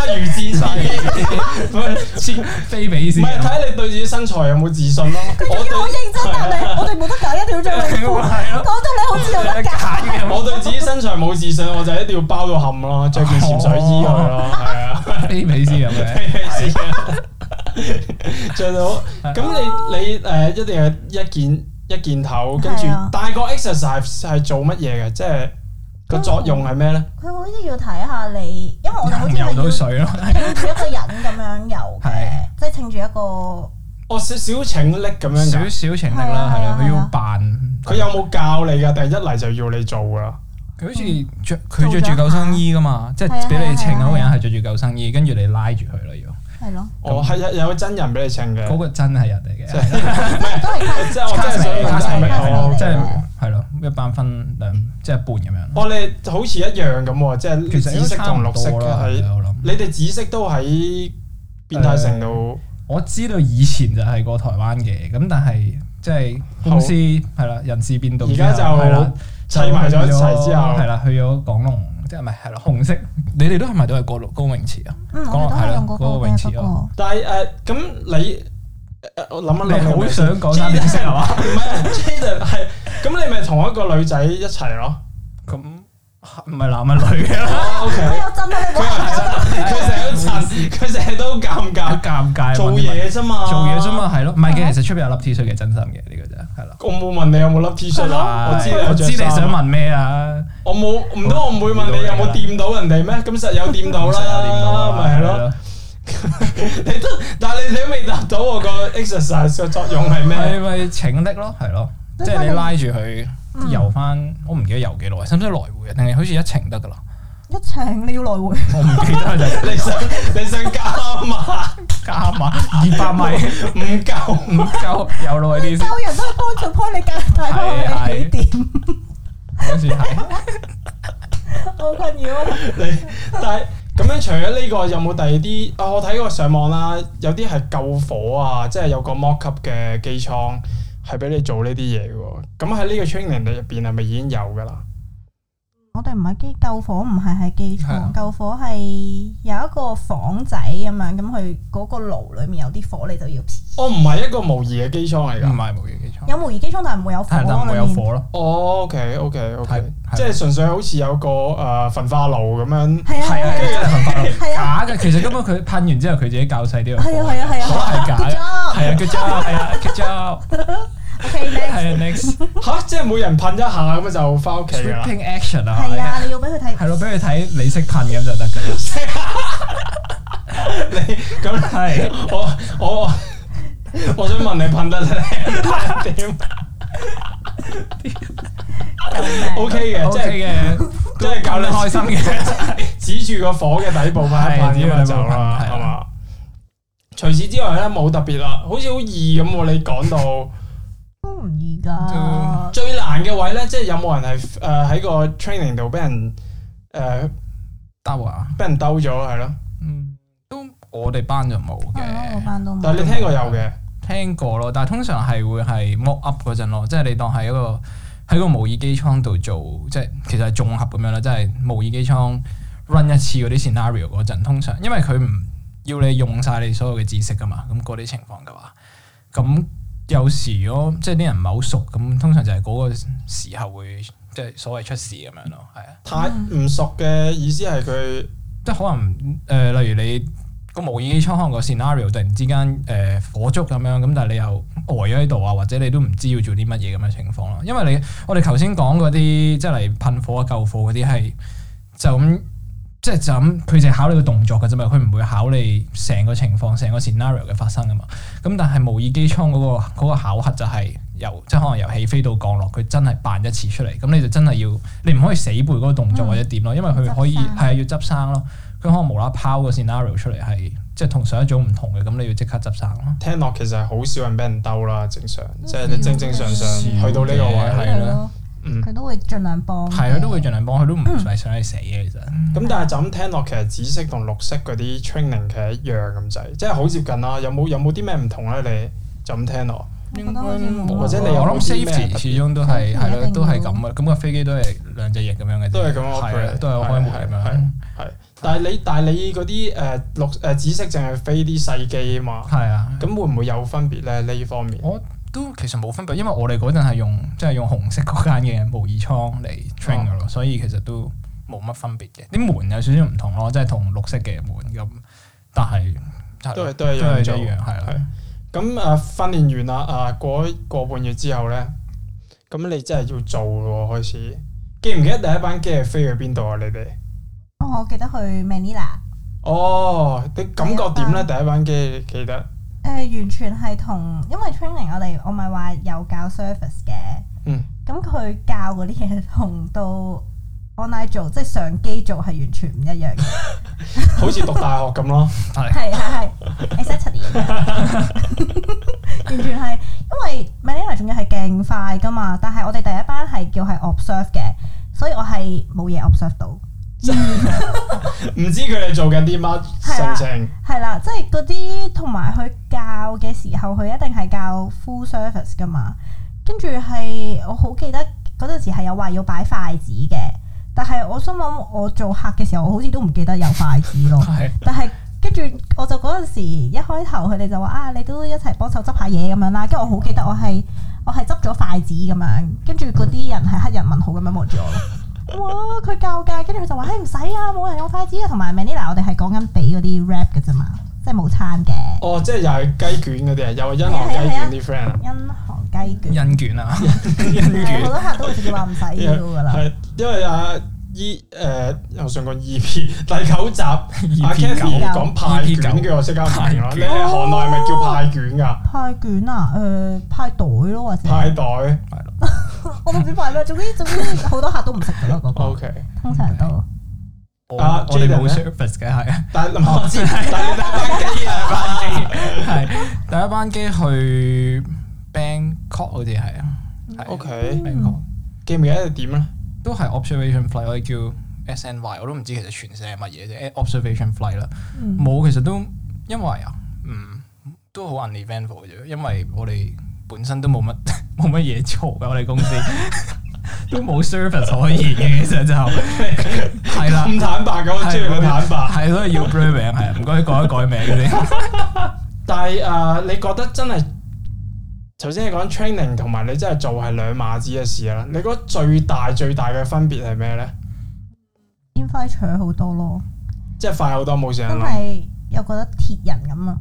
Speaker 2: 鯊魚戰衫，
Speaker 4: 先非比
Speaker 2: 唔
Speaker 4: 先，
Speaker 2: 係睇你對自己身材有冇自信咯。我
Speaker 1: 我認真答
Speaker 2: 對
Speaker 1: 你， 我哋冇得揀，一定要着泳褲。講
Speaker 4: 係咯，啊
Speaker 1: 到你好似有得揀。
Speaker 4: 解嘅，
Speaker 2: 我對自己身材冇自信，我就一定要包到冚咯，着件潛水衣去咯，係啊。
Speaker 4: 非比先咁樣，
Speaker 2: 係啊着到咁你你誒一定係一件一件頭，跟住
Speaker 1: 係啊
Speaker 2: 但係個 exercise 係做乜嘢嘅？即係個作用係咩咧？
Speaker 1: 佢好似要睇下你，因為我哋好似係要
Speaker 4: 游到水咯，
Speaker 1: 撐住一個人咁樣游嘅
Speaker 4: 係，
Speaker 1: 即係撐住一個。
Speaker 2: 哦，少少請力咁樣
Speaker 4: 少
Speaker 2: 㗎。
Speaker 4: 少情力啦，係
Speaker 1: 係啊
Speaker 4: 啦，佢
Speaker 1: 係
Speaker 4: 要
Speaker 1: 啊
Speaker 4: 扮，
Speaker 2: 佢有冇教你㗎？定係一嚟就要你做㗎啦？
Speaker 4: 佢好
Speaker 1: 嗯
Speaker 4: 似着佢着住救生衣噶嘛，即
Speaker 1: 係啊
Speaker 4: 係俾你稱
Speaker 1: 係啊
Speaker 4: 嗰個人係着住救生衣，跟住你拉住佢啦要。
Speaker 1: 係咯，
Speaker 2: 哦，係有有真人俾你請嘅
Speaker 4: 嗰。個真係人嚟嘅，
Speaker 2: 即
Speaker 4: 係
Speaker 1: 都係卡
Speaker 2: 即係哦我真係
Speaker 1: 卡
Speaker 2: 想問哦係啊
Speaker 1: 士
Speaker 2: 咪
Speaker 1: 卡士
Speaker 2: 我
Speaker 1: 嚟嘅
Speaker 4: 即係係咯，一班分兩即係一半咁樣咯。
Speaker 2: 我哋好似一樣咁喎，即係
Speaker 4: 其實
Speaker 2: 紫
Speaker 4: 應該
Speaker 2: 色
Speaker 4: 差
Speaker 2: 同
Speaker 4: 唔
Speaker 2: 綠色
Speaker 4: 多
Speaker 2: 嘅
Speaker 4: 啦，
Speaker 2: 係。
Speaker 4: 我諗。
Speaker 2: 你哋紫色都喺變態城度，
Speaker 4: 我知道以前就係過台灣嘅，咁但係即係公司係啦，人事變動之後，
Speaker 2: 而家就
Speaker 4: 係啦
Speaker 2: 砌埋咗一齊之後
Speaker 4: 係啦，去咗港龍，即係咪係啦紅色？你哋都係咪都係過高泳池啊？
Speaker 1: 嗯，我哋都係用嗰個
Speaker 4: 嗰個
Speaker 1: 嘅
Speaker 4: 泳池
Speaker 1: 嗰個。
Speaker 2: 但係誒咁你誒我諗一
Speaker 4: 你
Speaker 2: 諗有
Speaker 4: 好
Speaker 2: 咩
Speaker 4: 想講三點式 係嘛？
Speaker 2: 唔係 Jaden 係咁，你咪同一個女仔一齊咯。
Speaker 4: 咁唔係男係女嘅啦，
Speaker 2: O K，
Speaker 1: 佢有真啊，你
Speaker 2: 佢
Speaker 1: 冇
Speaker 2: 又真，佢成日都震，佢成日都尷
Speaker 4: 好
Speaker 2: 尬，
Speaker 4: 尷尬。
Speaker 2: 做嘢啫嘛，
Speaker 4: 做嘢啫。嘛，係咯，唔係嘅，其實出邊有粒 T 恤嘅，真心嘅呢個就係啦。
Speaker 2: 我冇問你有冇粒 T 恤啦，我知
Speaker 4: 係
Speaker 2: 你
Speaker 4: 我知你想
Speaker 2: 問，
Speaker 4: 問咩啊？
Speaker 2: 我冇唔通我唔會問你有冇掂到人哋咩？咁實有掂到
Speaker 4: 唔
Speaker 2: 啦，
Speaker 4: 使有掂到啊
Speaker 2: 咪係咯。。你都，但係你你都未答到我個 exercise 嘅作用係
Speaker 4: 係
Speaker 2: 咩？
Speaker 4: 咪請的咯？係咯，即係你拉住佢游翻，我唔記得游幾耐，使唔使來回啊？定係好似一程得噶啦？
Speaker 1: 一程你要來 回，
Speaker 4: 我唔記得就
Speaker 2: 你想你想加碼
Speaker 4: 加碼二百米
Speaker 2: 唔夠？
Speaker 4: 唔夠，游耐啲先
Speaker 1: 教。人都係 point to point，你計大概係幾點？
Speaker 4: 好似係
Speaker 1: 好困擾啊！
Speaker 2: 你但係咁樣除咗呢個，有冇第二啲？啊，我睇過上網啦，有啲係救火啊，即係有個 mock up 嘅機艙係俾你做呢啲嘢嘅喎。咁喺呢個 training 入邊係咪已經有㗎啦？
Speaker 1: 我哋唔係機救火，唔係喺機
Speaker 4: 係啊
Speaker 1: 艙。救火係有一個房仔咁樣，咁佢嗰個爐裡面有啲火，你就要。
Speaker 2: 哦，唔係一個模擬嘅機艙嚟㗎。
Speaker 4: 唔係冇嘢基礎，
Speaker 1: 有模擬機艙，但係唔會有火
Speaker 4: 嗯但係但係
Speaker 1: 咯。
Speaker 4: 會有
Speaker 1: 裡面
Speaker 4: 火咯。
Speaker 2: 哦，OK OK
Speaker 4: 係
Speaker 2: OK，
Speaker 4: 係
Speaker 2: 即係純粹好似有個誒焚化爐咁樣。
Speaker 1: 係啊
Speaker 4: 係啊，
Speaker 1: 係
Speaker 4: 真
Speaker 1: 啊
Speaker 4: 係焚化爐
Speaker 1: 係啊
Speaker 4: 假嘅。其實根本佢噴完之後，佢自己教細啲個火。
Speaker 1: 係啊係啊係啊
Speaker 4: 可能係假
Speaker 1: ，good
Speaker 4: 嘅。
Speaker 1: job。
Speaker 4: 係啊，good job，係啊，good job，
Speaker 1: OK
Speaker 4: 係
Speaker 1: next。
Speaker 4: 啊，next
Speaker 2: 吓，即係每人噴一下咁就翻屋企㗎啦。
Speaker 4: sweeping action 啊，
Speaker 1: 係啊，你要俾佢 睇。
Speaker 4: 係咯，俾佢睇你識噴咁就得㗎啦。
Speaker 2: 你 咁
Speaker 4: 係
Speaker 2: 我我我想問你噴得靚點？OK 嘅，即係。
Speaker 4: ，OK 嘅，
Speaker 2: 即係搞
Speaker 4: 搞
Speaker 2: 你
Speaker 4: 得開心嘅。
Speaker 2: 指住個火嘅底部噴一
Speaker 4: 係
Speaker 2: 噴咁就走啦，
Speaker 4: 指住個底部噴係啊
Speaker 2: 係嘛？除此之外咧冇特別啦，好似好易咁喎。你講到
Speaker 1: 都唔易㗎。
Speaker 2: 最難嘅位咧，即係有冇人係誒喺個 training 度俾人誒
Speaker 4: 得啊，
Speaker 2: 俾人兜咗係咯？
Speaker 4: 嗯，都我哋班就冇
Speaker 1: 係咯，啊我
Speaker 4: 嘅，
Speaker 1: 班都冇。
Speaker 2: 但係你聽過有嘅，
Speaker 4: 聽過咯，但係通常係會係 mock up 嗰陣咯，即係你當係一個喺個模擬機艙度做，即係其實係綜合咁樣啦，即係模擬機艙 run 一次嗰啲 scenario 嗰陣，通常因為佢唔要你用晒你所有嘅知識噶嘛，咁嗰啲情況嘅話，咁有時如果即係啲人唔係好熟，咁通常就係嗰個時候會即係所謂出事咁樣咯，係啊。
Speaker 2: 太唔熟嘅意思係佢
Speaker 4: 即係可能誒、呃例如你個模擬機艙可能個 scenario 突然之間誒、呃火燭咁樣，咁但係你又呆咗喺度啊，或者你都唔知要做啲乜嘢咁嘅情況啦。因為你我哋頭先講嗰啲即係嚟噴火啊、救火嗰啲係就咁。即係就咁，佢就係考你個動作嘅啫嘛，佢唔會考你成個情況、成個 scenario 嘅發生噶嘛。咁但係模擬機艙嗰、個嗰個考核就係由即係可能由起飛到降落，佢真係扮一次出嚟，咁你就真係要你唔可以死背嗰個動
Speaker 1: 嗯
Speaker 4: 作或者點咯，因為佢可以
Speaker 1: 執生
Speaker 4: 係要執生咯。佢可能無啦啦拋個 scenario 出嚟係即係同上一組唔同嘅，咁你要即刻執生咯。
Speaker 2: 聽落其實係好少人俾人兜啦，正常即係你正正常常去到呢個
Speaker 4: 少
Speaker 2: 位係
Speaker 4: 嘅
Speaker 1: 係
Speaker 4: 係
Speaker 1: 咯，
Speaker 2: 嗯。
Speaker 1: 佢都會盡量幫。
Speaker 4: 係啊，都會盡。量幫佢，都唔係想你死嘅其實。
Speaker 1: 嗯
Speaker 2: 咁但係就咁聽落，其實紫色同綠色嗰啲 training 其實一樣咁滯，即係好接近啦。有冇有冇啲咩唔同咧？你就咁聽落，
Speaker 1: 我覺得好似冇
Speaker 2: 或者你有
Speaker 4: 我
Speaker 2: 冇
Speaker 4: 諗
Speaker 2: 啲咩
Speaker 4: safety 始終都
Speaker 1: safety
Speaker 4: 係係
Speaker 1: 一
Speaker 4: 咯，
Speaker 1: 定
Speaker 4: 都係
Speaker 1: 要
Speaker 4: 咁啊。咁個飛機都係兩隻翼咁樣嘅啫，
Speaker 2: 都係咁
Speaker 4: 係
Speaker 2: operate，
Speaker 4: 啊都係開門
Speaker 2: 係
Speaker 4: 咁樣。
Speaker 2: 係。但係你但係你嗰啲誒綠誒紫色淨係飛啲細機啊嘛，
Speaker 4: 係啊，
Speaker 2: 咁會唔會有分別咧？呢方面
Speaker 4: 我都其實冇分別，因為我哋嗰陣係用即係用紅色嗰間嘅模擬倉嚟 train 嘅咯，所以其實都冇乜分別嘅。啲門有少少唔同咯，即係同綠色嘅門咁，但係係咯
Speaker 2: 都係都係一
Speaker 4: 都係
Speaker 2: 樣
Speaker 4: 一
Speaker 2: 做。
Speaker 4: 樣係啦。
Speaker 2: 咁誒訓練完啦，誒過一個半月之後咧，咁你真係要做咯喎，開始記唔記得第一班機係飛去邊度啊？你哋
Speaker 1: 哦，我記得去 Manila，
Speaker 2: 哦，你感覺點咧？第一班機記得。
Speaker 1: 誒呃完全係同，因為 training 我哋我咪話有教 service 嘅，
Speaker 2: 嗯，
Speaker 1: 咁佢教嗰啲嘢同到 online 做，即係上機做係完全唔一樣嘅。
Speaker 2: 好似讀大學咁咯。
Speaker 1: 係係係 exactly，完全係，因為 Manila 仲要係勁快噶嘛，但係我哋第一班係叫係 observe 嘅，所以我係冇嘢 observe 到，
Speaker 2: 唔知佢哋做緊啲乜
Speaker 1: 係啊
Speaker 2: 事情，
Speaker 1: 係啦，即係嗰啲同埋佢教嘅時候，佢一定係教 full service 噶嘛，跟住係我好記得嗰陣時係有話要擺筷子嘅，但係我心諗我做客嘅時候，我好似都唔記得有筷子咯。
Speaker 4: 係
Speaker 1: 但係跟住我就嗰陣時一開頭佢哋就話啊，你都一齊幫手執下嘢咁樣啦。跟住我好記得我係我係執咗筷子咁樣，跟住嗰啲人係黑人問號咁樣望住我咯。哇！佢教價，跟住佢就話：，唉，唔使啊，冇人用筷子啊。同埋 Manila，我哋係講緊俾嗰啲 wrap 嘅啫嘛，即係冇餐嘅。
Speaker 2: 哦，即係又係雞卷嗰啲啊，又係因河雞卷啲 friend 啊，
Speaker 1: 因行雞卷，
Speaker 4: 印卷啊，
Speaker 1: 係好多客都會直接話唔使要噶啦。
Speaker 2: 係因為阿 E 誒，我上個 EP 第九 E 集阿
Speaker 4: EP 九
Speaker 2: Kathy 講派卷嘅，我即刻唔明啦。你喺行內係咪叫派卷㗎？
Speaker 1: 派卷啊，誒派袋咯，或者
Speaker 2: 派袋
Speaker 1: 我唔知派咩，總之總之好多客都唔食噶咯，嗰個
Speaker 2: ，OK。
Speaker 1: 通常都。
Speaker 4: 我
Speaker 2: 啊
Speaker 4: 我哋
Speaker 2: Jaden
Speaker 4: 冇
Speaker 2: 咧
Speaker 4: service 嘅係。
Speaker 2: 但係我知，
Speaker 4: 第一
Speaker 2: 但係
Speaker 4: 班機，第一班機係第一班機去 Bangkok 好似係啊係
Speaker 2: OK
Speaker 4: ，Bangkok
Speaker 2: 記唔記得點咧？
Speaker 4: 都係 observation flight，我哋叫 SNY，我都唔知其實全寫係乜嘢啫，observation flight 啦。冇其實都因為啊，嗯，都好 uneventful 嘅啫，因為我哋本身都冇乜冇乜嘢做嘅，我哋公司都冇 service 可言嘅，其實就係啦。
Speaker 2: 咁坦白嘅，我知你坦白。
Speaker 4: 係都係要 brand 名，係唔該改一改名先。
Speaker 2: 但係誒、呃你覺得真係頭先你講 training 同埋你真係做係兩碼子嘅事啦。你覺得最大最大嘅分別係咩咧？
Speaker 1: 煙花取好多咯，
Speaker 2: 即係快好多冇時
Speaker 1: 真
Speaker 2: 間啦。
Speaker 1: 係又覺得鐵人咁啊！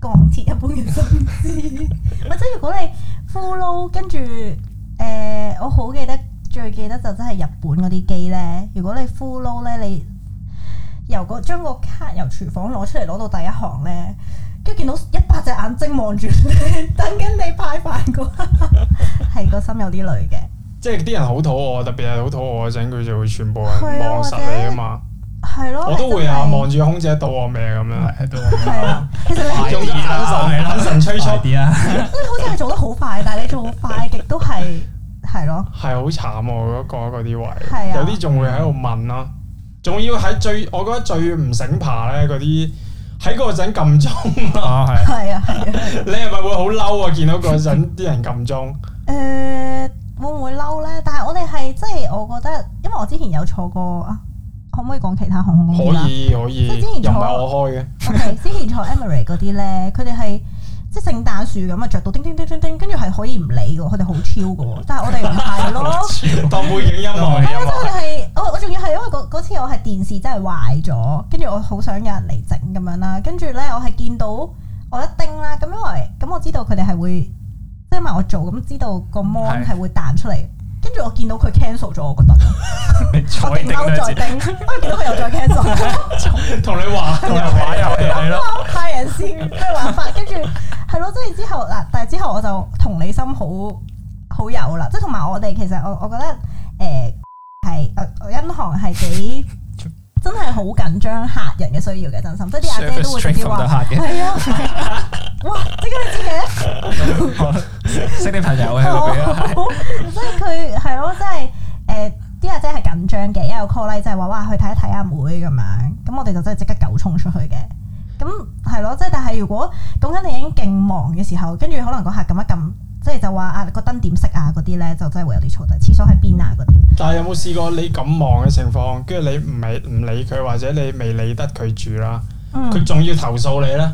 Speaker 1: 鋼鐵一般嘅心思，或者如果你 follow 跟住誒、呃我好記得最記得就真係日本嗰啲機咧。如果你 follow 咧，你由個將個卡由廚房攞出嚟攞到第一行咧，跟住見到一百隻眼睛望住你， 等緊你派飯嗰刻，係個心有啲累嘅。
Speaker 2: 即係啲人好肚餓，特別係好肚餓嗰陣，佢就會全部人
Speaker 1: 係啊
Speaker 2: 望實你啊嘛。
Speaker 1: 係咯，
Speaker 2: 我都會啊，
Speaker 1: 係真係
Speaker 2: 望住空姐到我咩咁樣，
Speaker 4: 喺度
Speaker 1: 係啊，其實你
Speaker 2: 用眼神眼神催促，
Speaker 4: 快
Speaker 2: 係
Speaker 4: 啲啊！
Speaker 1: 你好似係做得好快，但係你做好快極都係係咯，
Speaker 2: 好慘喎嗰個嗰啲位，
Speaker 1: 係啊
Speaker 2: 有啲仲會喺度問啦，仲要喺最我覺得最唔醒爬咧嗰啲喺嗰陣撳鐘啊。
Speaker 4: 啊係
Speaker 1: 係啊係啊。
Speaker 2: 你係咪會好嬲啊？見到嗰陣啲人撳鐘，
Speaker 1: 誒、會唔會嬲咧？但係我哋係即係我覺得，因為我之前有坐過啊，可唔可以講其他航空公司啦
Speaker 2: 可以可以，
Speaker 1: 即係之前
Speaker 2: 又唔
Speaker 1: 坐
Speaker 2: 係我開嘅，
Speaker 1: ？OK，之前坐 Emery 嗰啲咧，佢哋係即係聖誕樹咁啊，着到叮叮叮叮叮，跟住係可以唔理嘅喎，佢哋好超嘅喎，但係我哋唔係 咯。
Speaker 2: 當背景音樂。
Speaker 1: 哦係啊，即係我哋係我我仲要係因為嗰嗰次我係電視真係壞咗，跟住我好想有人嚟整咁樣啦，跟住咧我係見到我一叮啦，咁因為咁我知道佢哋係會即係因為我做咁知道個 mon
Speaker 4: 係
Speaker 1: 係會彈出嚟，跟住我見到佢 cancel 咗，我覺得我
Speaker 4: 你彩
Speaker 1: 定
Speaker 4: 定
Speaker 1: 勾
Speaker 4: 兩
Speaker 1: 再
Speaker 4: 字，
Speaker 1: 叮，我見到佢又再 cancel，
Speaker 2: 同你話
Speaker 4: 又玩又
Speaker 2: 係
Speaker 4: 係咯，
Speaker 1: 我派人先咩玩法，跟住係咯，即係之後 嗱，但係之後我就同理心好好有啦，即係同埋我哋其實我我覺得誒係誒銀行係幾。真係好緊張客人嘅需要嘅，真心，即係啲阿姐都會直接話
Speaker 4: Service straight from the
Speaker 1: 係啊，哇！點解你知嘅？
Speaker 4: 識啲朋友喺度俾啊，
Speaker 1: 哦所以佢係咯，即係誒啲阿姐係緊張嘅，一有 call 咧就係話哇去睇一睇阿妹咁樣，咁我哋就真係即刻狗衝出去嘅。咁係咯，即係但係如果講緊你已經勁忙嘅時候，跟住可能個客撳一撳，即係就話啊個燈點熄啊嗰啲咧，就真係會有啲嘈，但係廁所喺邊啊嗰啲。
Speaker 2: 但係有冇試過你咁忙嘅情況，跟住你唔係唔理佢，或者你未理得佢住啦，
Speaker 1: 嗯，
Speaker 2: 佢仲要投訴你咧？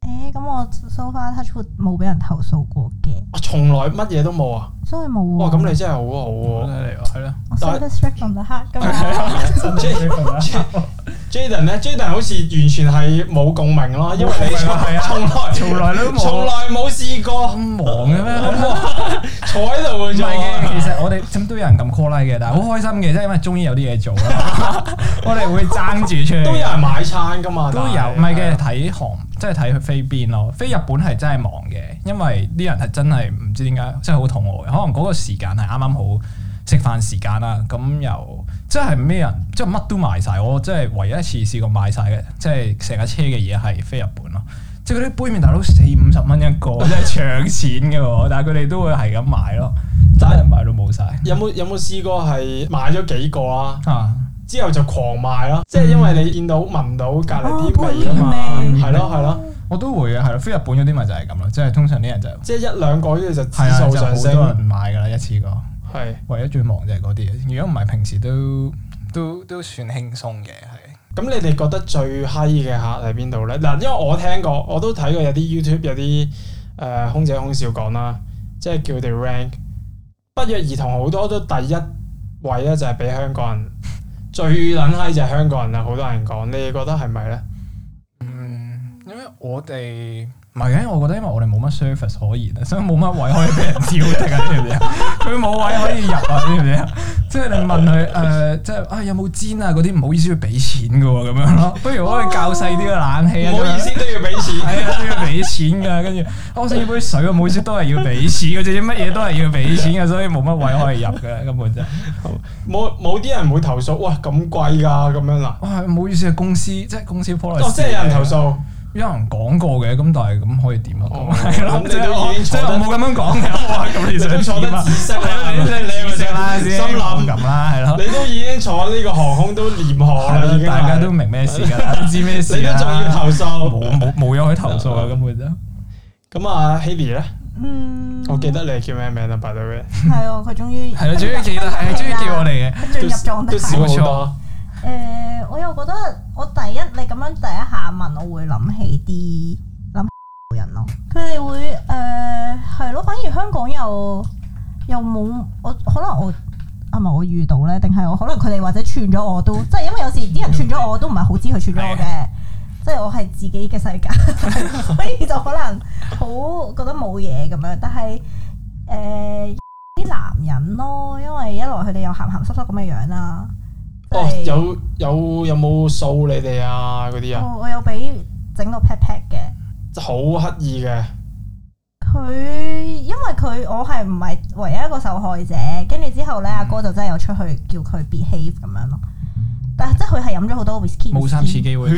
Speaker 1: 誒咁我 so far touch wood 冇俾人投訴過嘅，
Speaker 2: 我從來乜嘢都冇啊！
Speaker 1: 所以冇喎。
Speaker 2: 哇，咁你真係好好 喎。
Speaker 4: 嚟喎，係咯，
Speaker 1: 我 s e straight from the heart 咁樣。
Speaker 2: Jaden 咧，Jaden 好似完全係冇共鳴咯，因為你從
Speaker 4: 係啊
Speaker 2: 從來
Speaker 4: 從來都冇
Speaker 2: 從來冇試過
Speaker 4: 咁忙嘅咩？
Speaker 2: 坐喺度嘅
Speaker 4: 唔
Speaker 2: 啫
Speaker 4: 係
Speaker 2: 喎。
Speaker 4: 嘅，其實我哋咁都有人撳 call like 嘅，但係好開心嘅，即係因為終於有啲嘢做啦，我哋會爭住出去。
Speaker 2: 都有人買餐噶嘛，
Speaker 4: 都有，
Speaker 2: 但係
Speaker 4: 唔係啊嘅，睇航即係睇佢飛邊咯。飛日本係真係忙嘅，因為啲人係真係唔知點解，真係好肚餓嘅。可能嗰個時間係啱啱好食飯時間啦，咁又即係咩人，即係乜都賣晒。我即係唯一一次試過賣晒嘅，即係成架車嘅嘢係飛日本咯。即係嗰啲杯麵大佬四五十蚊一個，真係搶錢嘅喎。 但係佢哋都會係咁買咯，真係買到冇晒。
Speaker 2: 有冇有冇試過係買咗幾個啊？
Speaker 4: 啊！
Speaker 2: 之後就狂賣咯，即係因為你見到聞到隔離啲味啊嘛，
Speaker 1: 哦
Speaker 4: 杯麵味
Speaker 2: 係咯係咯，
Speaker 4: 我都會嘅，係咯，飛日本嗰啲咪就係咁咯，即係通常啲人就
Speaker 2: 即係一兩個跟住就指
Speaker 4: 係啊，
Speaker 2: 數
Speaker 4: 就
Speaker 2: 上
Speaker 4: 好多人
Speaker 2: 升，
Speaker 4: 買㗎啦，一次過。
Speaker 2: 係
Speaker 4: 唯一最忙就係嗰啲嘢，如果唔係平時都都都算輕鬆嘅，係
Speaker 2: 咁你哋覺得最閪嘅客喺邊度咧？嗱，因為我聽過，我都睇過有啲 YouTube 有啲誒、呃空姐空少講啦，即係叫佢哋 rank，不約而同好多都第一位咧就係俾香港 人最撚閪就係香港人啦，好多人講，你哋覺得係咪咧？
Speaker 4: 因為我哋唔係嘅，我覺得因為我哋冇乜 service 可言啊，所以冇乜位可以俾人挑剔啊，知唔知啊？ 佢冇位可以入啊，知唔知啊？即係你問佢誒、呃即係啊有冇煎啊嗰啲，唔好意思要俾錢嘅喎，咁樣咯。不如我可以較細啲嘅冷氣啊，
Speaker 2: 唔好意思都要俾錢，
Speaker 4: 係啊，都要俾錢噶。跟住我想要杯水啊，每次都係要俾錢嘅，至乜嘢都係要俾錢嘅，所以冇乜位可以入嘅，根本就。
Speaker 2: 冇冇啲人會投訴，哇咁貴㗎咁樣啦。
Speaker 4: 哇，唔好意思啊，公司即係公司 policy。
Speaker 2: 哦，即係有人投訴，
Speaker 4: 有人講過嘅，咁但係咁可以點啊？
Speaker 2: 哦
Speaker 4: 係咯
Speaker 2: 咁，你
Speaker 4: 即係
Speaker 2: 都
Speaker 4: 我
Speaker 2: 已經
Speaker 4: 即
Speaker 2: 坐
Speaker 4: 係
Speaker 2: 得
Speaker 4: 我冇咁樣講嘅，哇！咁你
Speaker 2: 你都
Speaker 4: 想
Speaker 2: 坐
Speaker 4: 點
Speaker 2: 得
Speaker 4: 啊
Speaker 2: 紫？色啦，
Speaker 4: 係咯，你真係你
Speaker 2: 咪
Speaker 4: 咪啦，
Speaker 2: 心
Speaker 4: 先
Speaker 2: 諗
Speaker 4: 咁啦，係咯，
Speaker 2: 你都已經坐呢個航空都廉航啦，已
Speaker 4: 係
Speaker 2: 經
Speaker 4: 咯大家都明咩事㗎啦，都知咩事
Speaker 2: 你都
Speaker 4: 啦，
Speaker 2: 仲要投訴。
Speaker 4: 冇冇冇嘢去投訴啊，根本就
Speaker 2: 咁啊，Haley 咧，
Speaker 1: 嗯，
Speaker 2: 我記得你係叫咩名啦，by the way，
Speaker 1: 係喎，佢終於
Speaker 4: 係 咯，終於記得係終於叫我哋嘅，
Speaker 1: 佢 進入狀
Speaker 2: 都少
Speaker 1: 態。
Speaker 2: 好多。
Speaker 1: 誒、呃我又覺得我第一你咁樣第一下問，我會諗起啲諗起人咯。佢哋會誒呃係咯，反而香港又又冇我可能我啊唔係我遇到咧，定係我可能佢哋或者串咗我都，即係因為有時啲人串咗我都唔係好知佢串咗我嘅。
Speaker 2: 啊
Speaker 1: 即係我係自己嘅世 界，所以就可能好覺得冇嘢咁樣。但係誒。啲男人咯，因為一來佢哋又鹹鹹濕濕咁嘅樣啦，即
Speaker 2: 哦，
Speaker 1: 係
Speaker 2: 有有有冇掃你哋啊？嗰啲啊，
Speaker 1: 我我有俾整到 pat pat 嘅。
Speaker 2: 好刻意嘅。
Speaker 1: 佢因為佢我係唔係唯一一個受害者，跟住之後
Speaker 4: 嗯
Speaker 1: 咧，阿哥就真係有出去叫佢 behave 咁樣咯。但係即係佢係飲咗好多 whisky，
Speaker 4: 冇三 次機 會，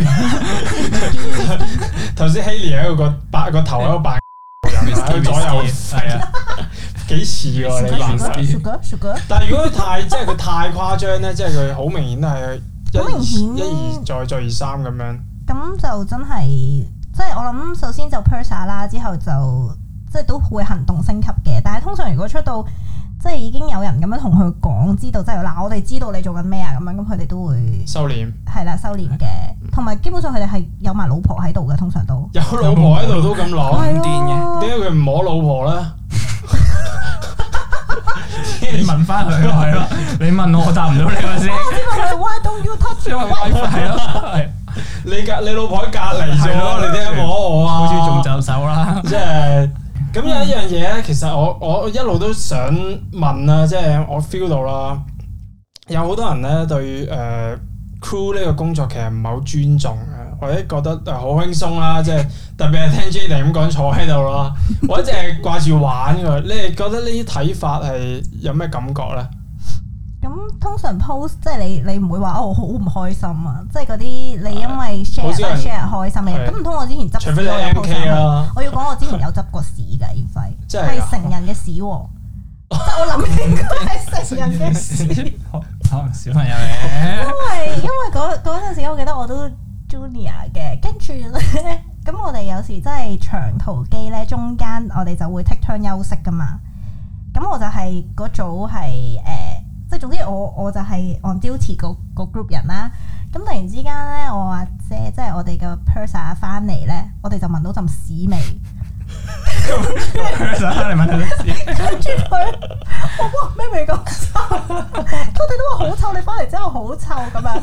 Speaker 2: 頭先 Haley 喺度個白個頭喺 度扮人，喺左右
Speaker 4: 係啊，
Speaker 2: 幾似喎你扮晒。
Speaker 1: sugar，sugar，sugar，
Speaker 2: 但係如果佢太即係佢太誇張咧，即係佢好明顯係一
Speaker 1: 好明顯
Speaker 2: 而一而再再而三咁樣。
Speaker 1: 咁就真係即係我諗，首先就 persa 啦，之後就即係都會行動升級嘅。但係通常如果出到即係已經有人咁樣同佢講，知道即係嗱，我哋知道你做緊咩啊咁樣，咁佢哋都會。
Speaker 2: 收斂，
Speaker 1: 係啦，收斂嘅，
Speaker 2: 嗯
Speaker 1: 同埋基本上佢哋係有埋老婆喺度嘅，通常都。哦
Speaker 2: 有老婆喺度都咁
Speaker 1: 係啊
Speaker 2: 攞，
Speaker 1: 咯
Speaker 4: 癲
Speaker 2: 點解佢唔摸老婆 咧？
Speaker 4: 你問翻佢咯，係咯，你問我我答唔到你 咪先，
Speaker 1: 我知道佢哋 Why don't you touch
Speaker 4: 因為
Speaker 1: your wife？
Speaker 4: 係咯，係
Speaker 2: 你隔你老婆喺隔離啫
Speaker 4: 係咯
Speaker 2: 喎，你點解摸我啊？
Speaker 4: 好似仲就手啦。
Speaker 2: 即係咁有一樣嘢咧，其實我我一路都想問啦，即係我 feel 到啦，有好多人咧對誒、呃 crew 呢個工作其實唔係好尊重嘅，或者覺得誒好輕鬆啦，即係特別係聽 J 嚟咁講坐喺度啦，或者淨係掛住玩㗎。你哋覺得呢啲睇法係有咩感覺咧？
Speaker 1: 咁通常 post 即係你你唔會話哦好唔開心啊，即係嗰啲你因為
Speaker 2: 好
Speaker 1: share
Speaker 2: 少人
Speaker 1: share 開心嘅，
Speaker 2: 係
Speaker 1: 咁唔通我之前執
Speaker 2: 除
Speaker 1: 屎
Speaker 2: 非你
Speaker 1: 我有
Speaker 2: M
Speaker 1: post
Speaker 2: K
Speaker 1: 上去
Speaker 2: 啦，
Speaker 1: 我要講我之前有執過屎㗎，要費
Speaker 2: 真係㗎
Speaker 1: 係成人嘅屎 喎，即係我諗應該係成人嘅屎，因
Speaker 4: 可能小朋友嘅，
Speaker 1: 為因為嗰嗰陣時我記得我都 junior 嘅，跟住咧 咁我哋有時真係長途機咧，中間我哋就會 take turn 休息㗎嘛，咁我就係嗰組係誒。呃即係總之我我就係 on duty 個個 group 人啦，咁突然之間咧，我阿姐即係我哋嘅 purser 翻嚟咧，我哋就聞到陣屎味，
Speaker 4: 你問佢先。
Speaker 1: 跟住佢，我哇咩味咁臭？ 佢哋都話好臭，你翻嚟之後好臭咁樣。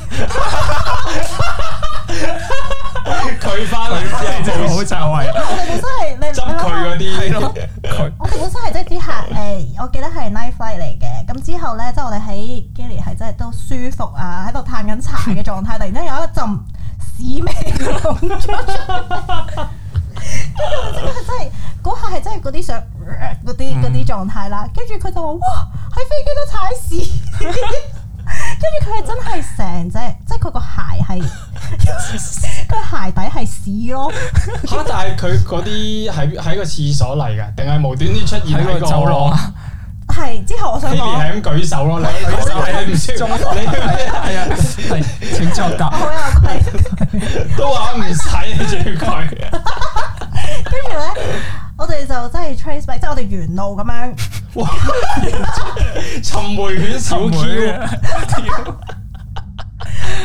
Speaker 2: 佢翻嚟之後
Speaker 4: 好
Speaker 2: 冇
Speaker 4: 就係
Speaker 1: 我哋本身係你
Speaker 2: 執佢嗰
Speaker 4: 係
Speaker 2: 啲
Speaker 4: 咯，佢
Speaker 1: 我哋本身係即係啲客誒、我記得係 night flight 嚟嘅。咁之後咧，即係我哋喺 Gilly 係真係都舒服啊，喺度嘆緊茶嘅狀態，突然間有一陣屎味湧咗出嚟。跟住我哋即刻真係嗰下係真係嗰啲想呃嗰啲嗰啲狀態啦。跟住佢就話：哇，喺飛機都踩屎！跟住佢係真係成隻，即係佢個鞋係佢鞋底係屎咯。
Speaker 2: 嚇！但係佢嗰啲喺喺個廁所嚟㗎，定係無端端出現
Speaker 4: 喺
Speaker 2: 喺
Speaker 4: 個
Speaker 2: 個
Speaker 4: 走廊啊，
Speaker 1: 係之後我想
Speaker 2: Kimi
Speaker 1: 講。
Speaker 2: 係咁舉手咯，你舉手你唔知，你
Speaker 4: 係啊，係請作答。
Speaker 1: 好有佢，
Speaker 2: 都話唔使你仲要佢，
Speaker 1: 跟住咧，我哋就真係 trace back，即係我哋沿路咁樣，
Speaker 2: 哇！尋梅犬小 Q，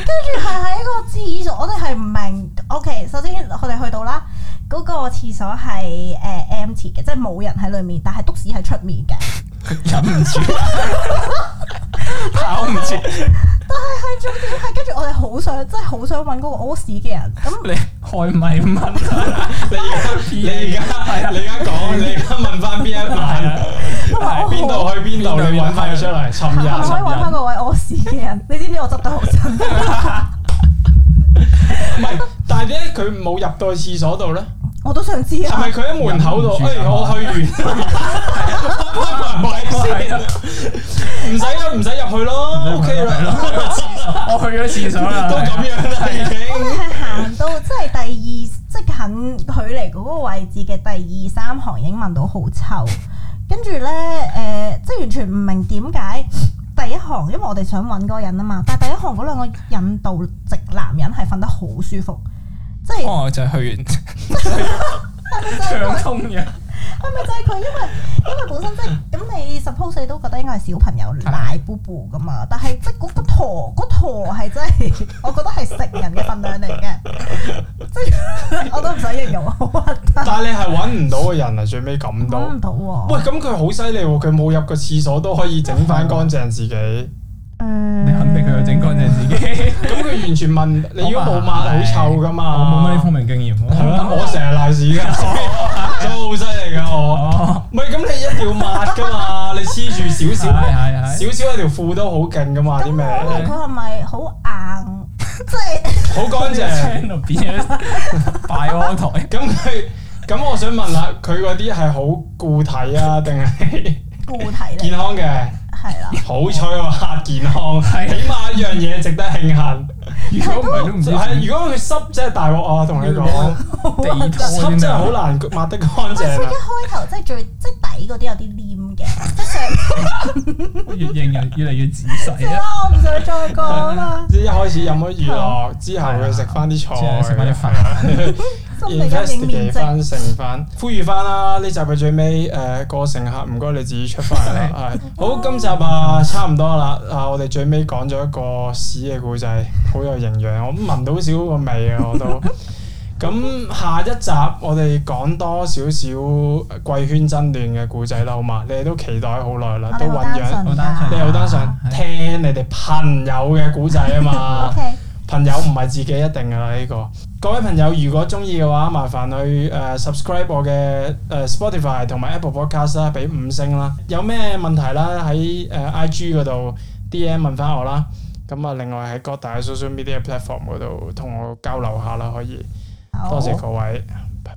Speaker 1: 跟住係喺個廁所，我哋係唔明。OK，首先我哋去到啦，嗰、個廁所係誒呃 empty 嘅，即係冇人喺裡面，但係篤屎喺出面嘅。
Speaker 4: 忍唔住，跑唔切，
Speaker 1: 係重點係跟住我哋好想，真係好想揾嗰個屙屎嘅人。咁
Speaker 4: 你開咪問
Speaker 2: 你而家你而家你而家
Speaker 4: 啊
Speaker 2: 講，你而家問翻邊一晚
Speaker 1: 係
Speaker 2: 邊度去邊度，你揾翻佢出嚟，尋日
Speaker 1: 可唔可以揾翻
Speaker 2: 尋日。
Speaker 1: 嗰位屙屎嘅人？你知唔知我執得好辛苦？
Speaker 2: 唔係，但係點解佢冇入到去廁所度咧？
Speaker 1: 我都想知
Speaker 2: 係
Speaker 1: 啊
Speaker 2: 咪！佢喺門口度？
Speaker 4: 忍唔住
Speaker 2: 哎，
Speaker 4: 啊
Speaker 2: 我去完，
Speaker 4: 係啊
Speaker 2: 唔使啊啦，唔使入去咯，OK 啦，
Speaker 4: 我去咗廁所啦，
Speaker 2: 都咁樣啦已
Speaker 1: 我
Speaker 2: 經。
Speaker 1: 哋係行到即係第二，即係近距離嗰個位置嘅第二三行已經聞到好臭，跟住咧誒，即係完全唔明點解第一行，因為我哋想揾嗰個人啊嘛，但係第一行嗰兩個印度籍男人係瞓得好舒服，即係
Speaker 4: 哦，就係去
Speaker 1: 真
Speaker 4: 完
Speaker 1: 係
Speaker 4: 暢通嘅，
Speaker 1: 係咪就係佢？因為因為本身即係咁，你 suppose 你都覺得應該係小朋友奶 b u 噶嘛，但係即係嗰個陀嗰陀係真係， 我覺得係成人嘅份量嚟嘅，即係 我都唔想形容，好核突，
Speaker 2: 但係你係揾唔到個人啊，最尾咁到。
Speaker 1: 諗唔到
Speaker 2: 喂，
Speaker 1: 喎。
Speaker 2: 咁佢好犀利喎！佢冇入個廁所都可以整翻乾淨自己。
Speaker 1: 你
Speaker 4: 你肯定佢有整乾淨自己，
Speaker 2: 咁佢完全問 你如果冇抹好臭噶
Speaker 4: 我
Speaker 2: 嘛？
Speaker 4: 冇乜呢方面經驗，
Speaker 2: 係啦， 我成日賴屎噶，真係好犀利噶我。
Speaker 4: 哦，
Speaker 2: 唔係咁，你一定要抹噶嘛，你黐住少
Speaker 4: 係
Speaker 2: 少，
Speaker 4: 係係，
Speaker 2: 少少一條褲都好勁噶嘛啲味，
Speaker 1: 咁可能佢係咪好硬？即係
Speaker 2: 好乾淨。
Speaker 4: channel 變咗 拜屙台，
Speaker 2: 咁佢咁我想問啦，佢嗰啲係好固體 啊，定係
Speaker 1: 固體
Speaker 2: 健
Speaker 1: 嚟，
Speaker 2: 康嘅？
Speaker 1: 係啦。
Speaker 2: 好彩我客健康，
Speaker 4: 係
Speaker 2: 起碼一樣嘢值得慶幸。
Speaker 4: 如果唔係都唔知
Speaker 2: 就係如果佢濕真係大鑊啊！同你講，
Speaker 4: 地拖
Speaker 2: 濕真係好難抹得乾
Speaker 1: 喂，佢
Speaker 2: 淨
Speaker 1: 一
Speaker 2: 啊！
Speaker 1: 開頭即係最即係底嗰啲有啲黏嘅，即係上
Speaker 4: 越認人越嚟越仔細
Speaker 1: 次
Speaker 4: 啊！
Speaker 1: 啦，我唔想再講啦。
Speaker 2: 即係一開始飲咗娛樂之後，佢食翻啲
Speaker 4: 即係
Speaker 2: 菜，
Speaker 4: 食翻啲
Speaker 2: 啊
Speaker 4: 飯，
Speaker 1: 心理陰影面積。
Speaker 2: investigate 翻剩翻，呼籲翻啦！呢集嘅最尾，呃誒個乘客唔該你自己出翻嚟啦。係好，今集啊差唔多啦。啊，我哋最尾講咗一個屎嘅故仔，好有營養，我聞到少個味啊，我都。咁下一集我哋講多少少貴圈爭亂嘅故仔啦，好嘛？你哋都期待好耐啦，都醖釀，
Speaker 4: 好單純
Speaker 2: 你哋好單想
Speaker 4: 係
Speaker 2: 聽你哋朋友嘅故仔啊 嘛
Speaker 1: O。K，
Speaker 2: 朋友唔係自己一定噶啦呢個。各位朋友，如果中意嘅話，麻煩去誒、呃 subscribe 我嘅誒、呃 Spotify 同埋 Apple Podcast 啦，俾五星啦。有咩問題啦，喺誒、呃 IG 嗰度 DM 問翻我啦。咁啊，另外喺各大 social media platform 嗰度同我交流下啦，可以。
Speaker 1: 好
Speaker 2: 多謝各位，拜